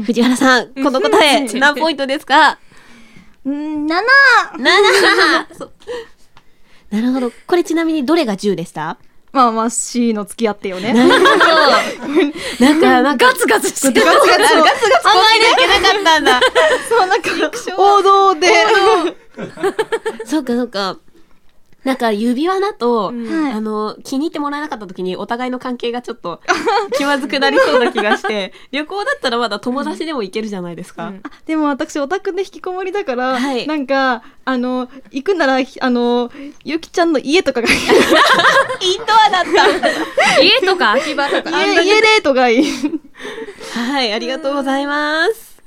Speaker 2: 藤原さ ん、この答え、何ポイントですか
Speaker 6: ん7
Speaker 2: 7そう なるほど。これちなみにどれが10でした
Speaker 3: まあまあ C の付き合ってよね。
Speaker 2: なるほど。なんか、なんか、
Speaker 1: ガツガツして
Speaker 3: ガツガツガツ
Speaker 2: 考えなきゃいけなかったんだ。
Speaker 3: そうなんか王道で。
Speaker 2: そうか、そうか。なんか、指輪だと、
Speaker 3: ん
Speaker 2: あの、気に入ってもらえなかった時に、お互いの関係がちょっと、気まずくなりそうな気がして、旅行だったらまだ友達でも行けるじゃないですか。
Speaker 4: う ん
Speaker 3: あでも私オタクで引きこもりだから、
Speaker 2: はい
Speaker 3: なんかあの行くならあのゆきちゃんの家とかが
Speaker 2: インドアだっ た。
Speaker 1: 家とか秋葉とか。
Speaker 3: 家家デートがいい。
Speaker 2: はい、ありがとうございます。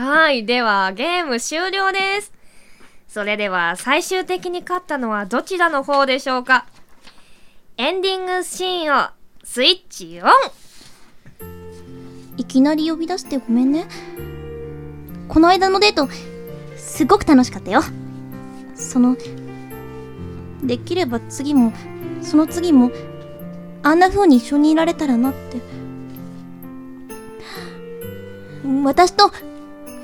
Speaker 1: はい。では、ゲーム終了です。それでは、最終的に勝ったのはどちらの方でしょうかエンディングシーンを、スイッチオン
Speaker 6: いきなり呼び出してごめんねこの間のデートすごく楽しかったよそのできれば次もその次もあんな風に一緒にいられたらなって私と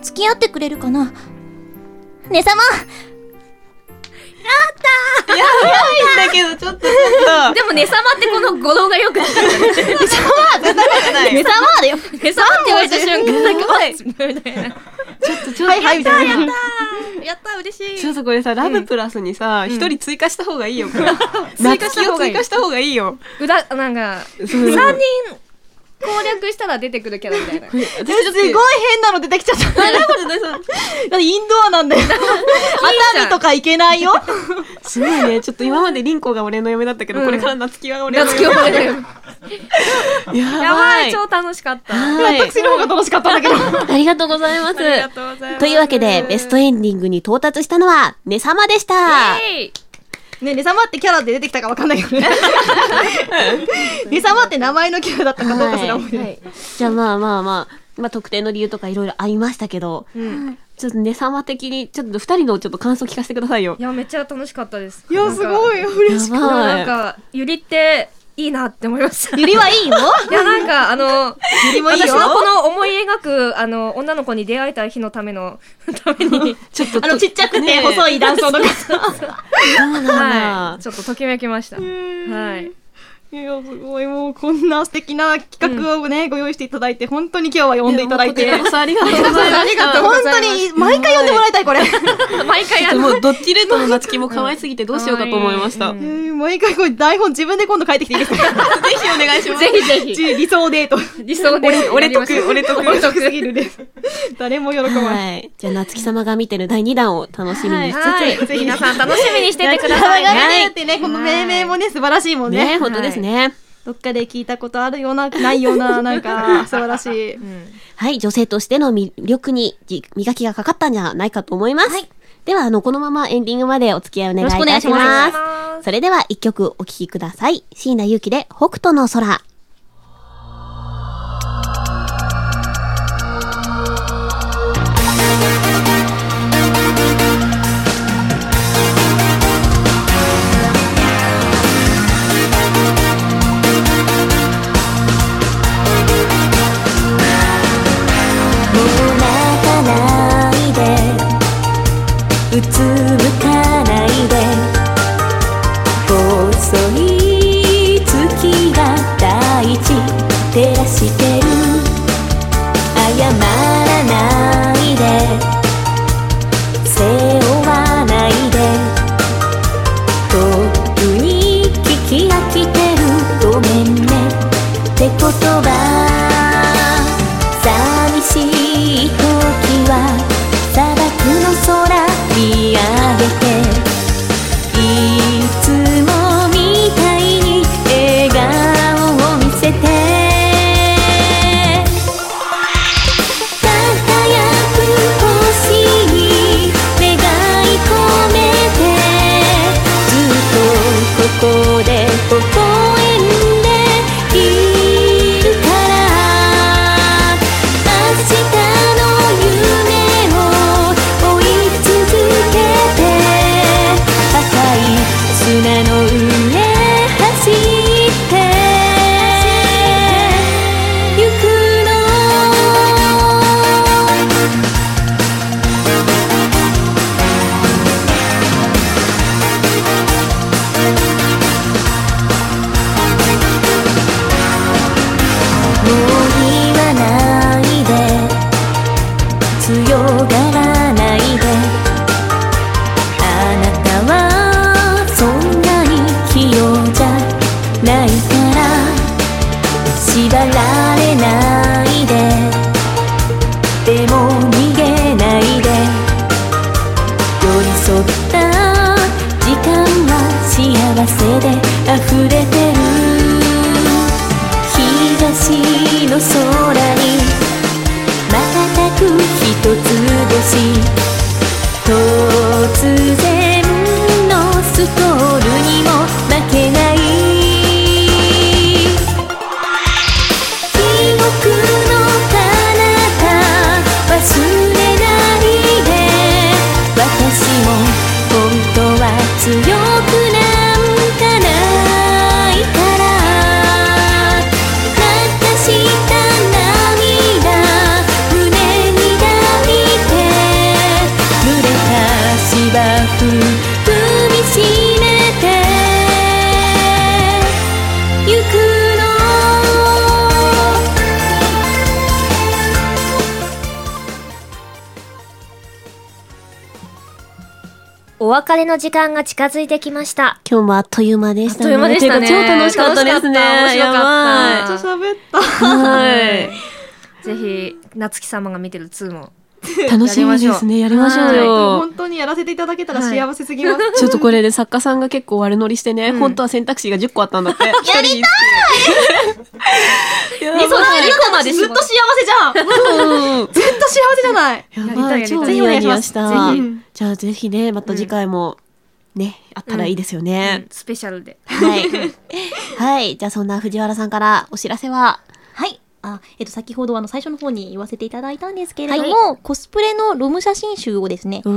Speaker 6: 付き合ってくれるかなねさま
Speaker 2: だけど、ちょっと、ちょっ
Speaker 1: でも、ねさまってこの語呂が よく聞かれ
Speaker 2: と、
Speaker 6: ねさまだよ
Speaker 1: て、ねさまって言われた瞬間、なんか、おっみたいな。
Speaker 3: はいはいみたいな。
Speaker 1: やった嬉し
Speaker 4: ちょ
Speaker 1: い
Speaker 4: っとこれさ、ラブプラスにさ、一、人追加した方がいいよ。これ
Speaker 1: 追加した方がい
Speaker 4: 夏希を追
Speaker 1: い
Speaker 4: 加した方がいいよ。
Speaker 1: 裏、なんか、
Speaker 4: そう
Speaker 1: 3人攻略したら出てくるキャラみたい な。
Speaker 4: 私ちょっと
Speaker 3: すごい変なの出てきちゃった。だってインドアなんだよ。熱海とか行けないよ。
Speaker 4: すごいね。ちょっと今まで凛子が俺の嫁だったけど、
Speaker 1: うん
Speaker 4: これから夏希は俺の
Speaker 1: 夏希
Speaker 4: 嫁。
Speaker 1: 呼ばれる。やば、
Speaker 2: はい
Speaker 1: 超楽しかった。あ
Speaker 2: はい。
Speaker 3: 私の方が楽しかったんだけど。
Speaker 2: ありがとうございます。
Speaker 1: りがとうございます。
Speaker 2: というわけで、ベストエンディングに到達したのは、ねさまでした。
Speaker 1: イエーイ
Speaker 3: ね、ねさまってキャラで出てきたかわかんないけどね。ねさまって名前のキャラだったかどうかすら覚えてない。
Speaker 2: じゃあまあまあまあ、まあ特定の理由とかいろいろありましたけど、ちょっとねさま的に、ちょっと二人のちょっと感想聞かせてくださいよ
Speaker 1: い。や、めっちゃ楽しかったです。
Speaker 3: いや、すご
Speaker 1: い。
Speaker 3: い、嬉しい。
Speaker 2: や
Speaker 1: でも
Speaker 2: ばい
Speaker 1: なんか、ゆりって、いいなって思いました。
Speaker 3: ゆり はいいよ。
Speaker 1: いや、なんか、あの、
Speaker 3: ゆりもいいよ
Speaker 1: 私。はこの思い描く、あの、女の子に出会えた日のための、 ために、
Speaker 2: ちょっと、
Speaker 3: あの、ちっちゃくて細い断層の方。
Speaker 2: そうなんだ。
Speaker 1: はい。ちょっとときめきました。はい。
Speaker 3: いや、すごい、もうこんな素敵な企画をね、ご用意していただいて、本当に今日は呼んでいただいて。
Speaker 4: やもうこちらこそありがとうございます。
Speaker 3: ありがとうございます。本当に、毎回呼んでもらいたい、これ。
Speaker 1: 毎回や
Speaker 4: ちょっと
Speaker 1: る。
Speaker 4: もうどっちレッドの夏希も可愛すぎてどうしようかと思いました。
Speaker 1: うん
Speaker 4: ぜ
Speaker 3: うん毎回これ台本自分で今度書いてきていい ですか
Speaker 4: ひお願いします。
Speaker 1: ぜひぜひ。
Speaker 3: 理想デート。
Speaker 1: 理想でや
Speaker 4: 俺
Speaker 1: りましょう。
Speaker 4: 俺得俺
Speaker 3: 俺得すぎるです。 誰も喜ばない。
Speaker 2: はい。じゃあ、夏木様が見てる第2弾を楽しみにしつつ、
Speaker 1: はい。皆さん楽しみにしててくだ さい
Speaker 3: 騒が
Speaker 1: ね。
Speaker 3: れるってね、この命名もね、素晴らしいもん
Speaker 2: ね
Speaker 3: ね。
Speaker 2: 本当ですね。
Speaker 3: どっかで聞いたことあるような、ないような、なんか、素晴らしい。
Speaker 2: はい、女性としての魅力にじ磨きがかかったんじゃないかと思います。では、あの、このままエンディングまでお付き合いお願いいたします。
Speaker 3: よろしくお願いし
Speaker 2: それでは、一曲お聴きください。椎名ゆうきで、北斗の空。
Speaker 7: もう泣かないでうつむかないで細い月が大地照らしてる謝らないで背負わないでとっくに聞き飽きてるごめんねって言葉寂しい時は砂漠の空見上
Speaker 8: 強がらないであなたはそんなに器用じゃないから縛られないででも逃げないで寄り添った時間は幸せで溢れてる東の空に瞬く一つ星突然のスコールにも負けない「記憶の彼方忘れないで」「私も本当は強くなんかないから」「流した涙胸に抱いて」「濡れた芝生踏みしめて」行くの」
Speaker 1: お別れの時間が近づいてきました。
Speaker 2: 今日もあっという間でした
Speaker 1: あっとい
Speaker 2: ね。
Speaker 1: う間でしたね
Speaker 2: てか超楽しかったで
Speaker 1: 楽し
Speaker 2: す
Speaker 1: かった面
Speaker 2: ね。
Speaker 1: 白かった
Speaker 2: やば
Speaker 9: 喋
Speaker 2: い
Speaker 9: った。
Speaker 2: はい。
Speaker 1: ぜひ、夏木様が見てる2も。
Speaker 2: 楽しみですね。やりましょう
Speaker 9: はい
Speaker 2: よ。
Speaker 9: 本当にやらせていただけたら
Speaker 1: はい
Speaker 9: 幸せす ぎます。
Speaker 2: ちょっとこれで作家さん
Speaker 9: さんが結構悪乗りしてね、
Speaker 1: ん
Speaker 9: 本当は選択肢が10個あったんだって。やり たいやばい
Speaker 1: まで
Speaker 9: ずっと幸せじゃんずっと幸せじゃない
Speaker 2: や
Speaker 1: やりた
Speaker 2: ば
Speaker 1: いや
Speaker 2: い、
Speaker 1: りたい
Speaker 2: 超ニヤニヤした
Speaker 1: ぜひお願いします
Speaker 9: ぜひ。
Speaker 2: じゃあぜひね、また次回もね、あったらいいですよね。
Speaker 1: スペシャルで。
Speaker 2: はい。 はい。じゃあそんな藤原さんからお知らせは、
Speaker 3: はい。あ、えっと、先ほどあの、最初の方に言わせていただいたんですけれども、コスプレのロム写真集をですね、制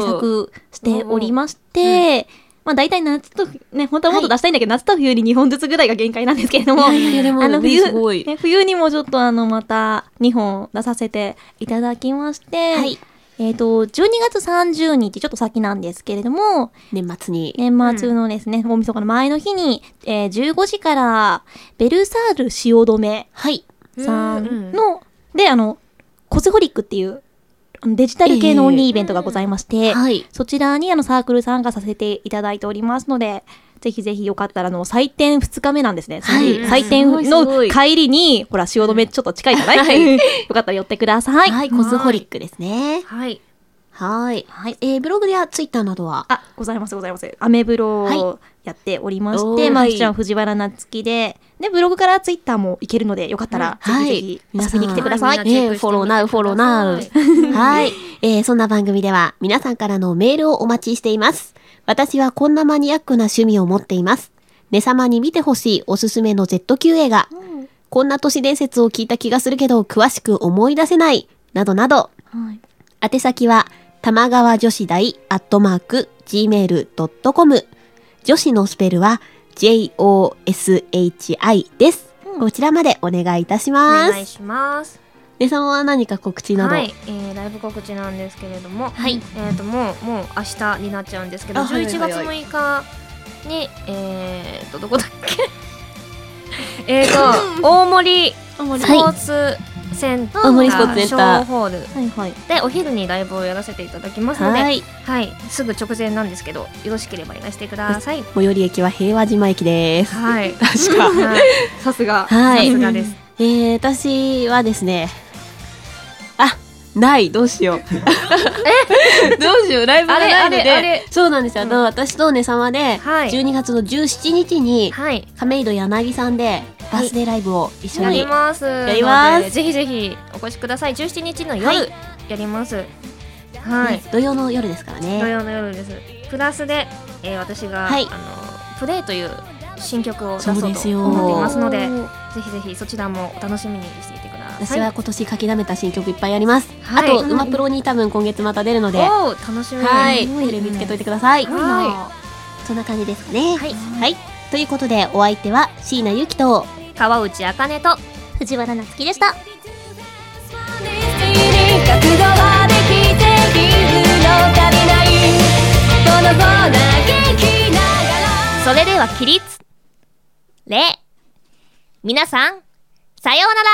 Speaker 2: 制
Speaker 3: 作しておりまして、まあ大体夏と、ね、本当はもっと出したいんだけど、夏と冬に2本ずつぐらいが限界なんですけれども、
Speaker 2: いやでも
Speaker 3: あの
Speaker 2: ね
Speaker 3: 冬、
Speaker 2: すごい
Speaker 3: ね、冬にもちょっとあの、また2本出させていただきまして、
Speaker 2: はい
Speaker 3: えっと、12月30日、ちょっと先なんですけれども、
Speaker 2: 年末に。
Speaker 3: 年末のですね、大晦日の前の日に、えー15時から、ベルサール汐留
Speaker 2: はい。
Speaker 3: さ
Speaker 1: うんん
Speaker 3: の、で、あの、コスホリックっていう、あのデジタル系のオンリーイベントがございまして、
Speaker 2: はい。
Speaker 3: そちらにあのサークル参加させていただいておりますので、ぜひぜひよかったらあの祭典2日目なんですね。
Speaker 2: はい
Speaker 3: 祭典
Speaker 2: すご
Speaker 3: の
Speaker 2: いす
Speaker 3: 帰りに、ほら、汐留ちょっと近いじゃない、 よかったら寄ってください。
Speaker 2: はい、コスホリックですね。
Speaker 1: はい。
Speaker 2: はい。えー、ブログやツイッターなどは、
Speaker 3: あ、ございます、ございます。アメブロ
Speaker 2: は
Speaker 3: をやっておりまし
Speaker 2: お
Speaker 3: て、
Speaker 2: ー
Speaker 3: まあ、
Speaker 2: はい
Speaker 3: こちらは藤原なつきで、で、ブログからツイッターもいけるので、よかったら、ぜ
Speaker 2: うん
Speaker 3: ひぜひ遊びに来てください。
Speaker 1: はい
Speaker 2: えー、フォローナウ、フォローナウ。 はい。えー、そんな番組では皆さんからのメールをお待ちしています。私はこんなマニアックな趣味を持っています。ねさまに見てほしいおすすめの Z 級映画。こんな都市伝説を聞いた気がするけど、詳しく思い出せない。などなど。
Speaker 3: はい
Speaker 2: 宛先は、玉川女子大アットマーク gmail.com 女子のスペルは joshi です。こちらまでお願いいたし
Speaker 1: お
Speaker 2: ま
Speaker 1: 願い
Speaker 2: す。
Speaker 1: します。
Speaker 2: ねさんは何か告知など、
Speaker 1: はい、えーライブ告知なんですけれども、
Speaker 2: はい
Speaker 1: えっ、ともうもう明日になっちゃうんですけど、
Speaker 2: あはい
Speaker 1: 11月6日に、えっ、とどこだっけ？えっと大森スポーツセンター、
Speaker 2: 大森スポーツセンター
Speaker 1: 小ホール
Speaker 3: はいはい。
Speaker 1: でお昼にライブをやらせていただきますので、は、
Speaker 2: はいい。
Speaker 1: すぐ直前なんですけど、よろしければいらしてください。
Speaker 2: 最寄り駅は平和島駅です。
Speaker 1: はい、
Speaker 2: 確か。
Speaker 1: はい、
Speaker 9: さすが。
Speaker 2: は
Speaker 1: さ
Speaker 2: い
Speaker 1: す。がです。
Speaker 2: えー、私はですね、あ、
Speaker 9: ない、どうし よう。ど うしよう、ライブがないので。
Speaker 1: あれあれあれ
Speaker 2: そうなんですよ。あ
Speaker 1: う
Speaker 2: の、私とねさまで、
Speaker 1: はい
Speaker 2: 12月の17日に、
Speaker 1: はい、
Speaker 2: 亀戸柳さんでバースデーライブを一緒
Speaker 1: や
Speaker 2: に
Speaker 1: ります。や
Speaker 2: ります
Speaker 1: ぜひぜひお越しください。17日の夜、
Speaker 2: はい
Speaker 1: やります。はい。
Speaker 2: 土曜の夜ですから
Speaker 1: 土
Speaker 2: ね。
Speaker 1: 曜の夜です。プラスで、えー私が、
Speaker 2: はい
Speaker 1: あのプレイという新曲を出そう
Speaker 2: そう
Speaker 1: と
Speaker 2: ですよ
Speaker 1: 思っていますので、
Speaker 3: おー
Speaker 1: ぜひぜひそちらもお楽しみにしていてくださ
Speaker 2: 私
Speaker 1: い。
Speaker 2: は今年書き溜めた新曲いっぱいあります。
Speaker 1: はい
Speaker 2: あと、馬プロに多分今月また出るので、
Speaker 1: おおー、楽しみに。
Speaker 2: はい、テレビつけといてください。
Speaker 1: は
Speaker 2: そんな感じですかね。
Speaker 1: はい
Speaker 2: はい。ということで、お相手は椎名ゆきと、
Speaker 1: い。川内茜と
Speaker 3: 藤原なつきでした。
Speaker 8: 覚悟はできているの足りないこの方だけ聞きながら
Speaker 1: それでは起立礼皆さんさようなら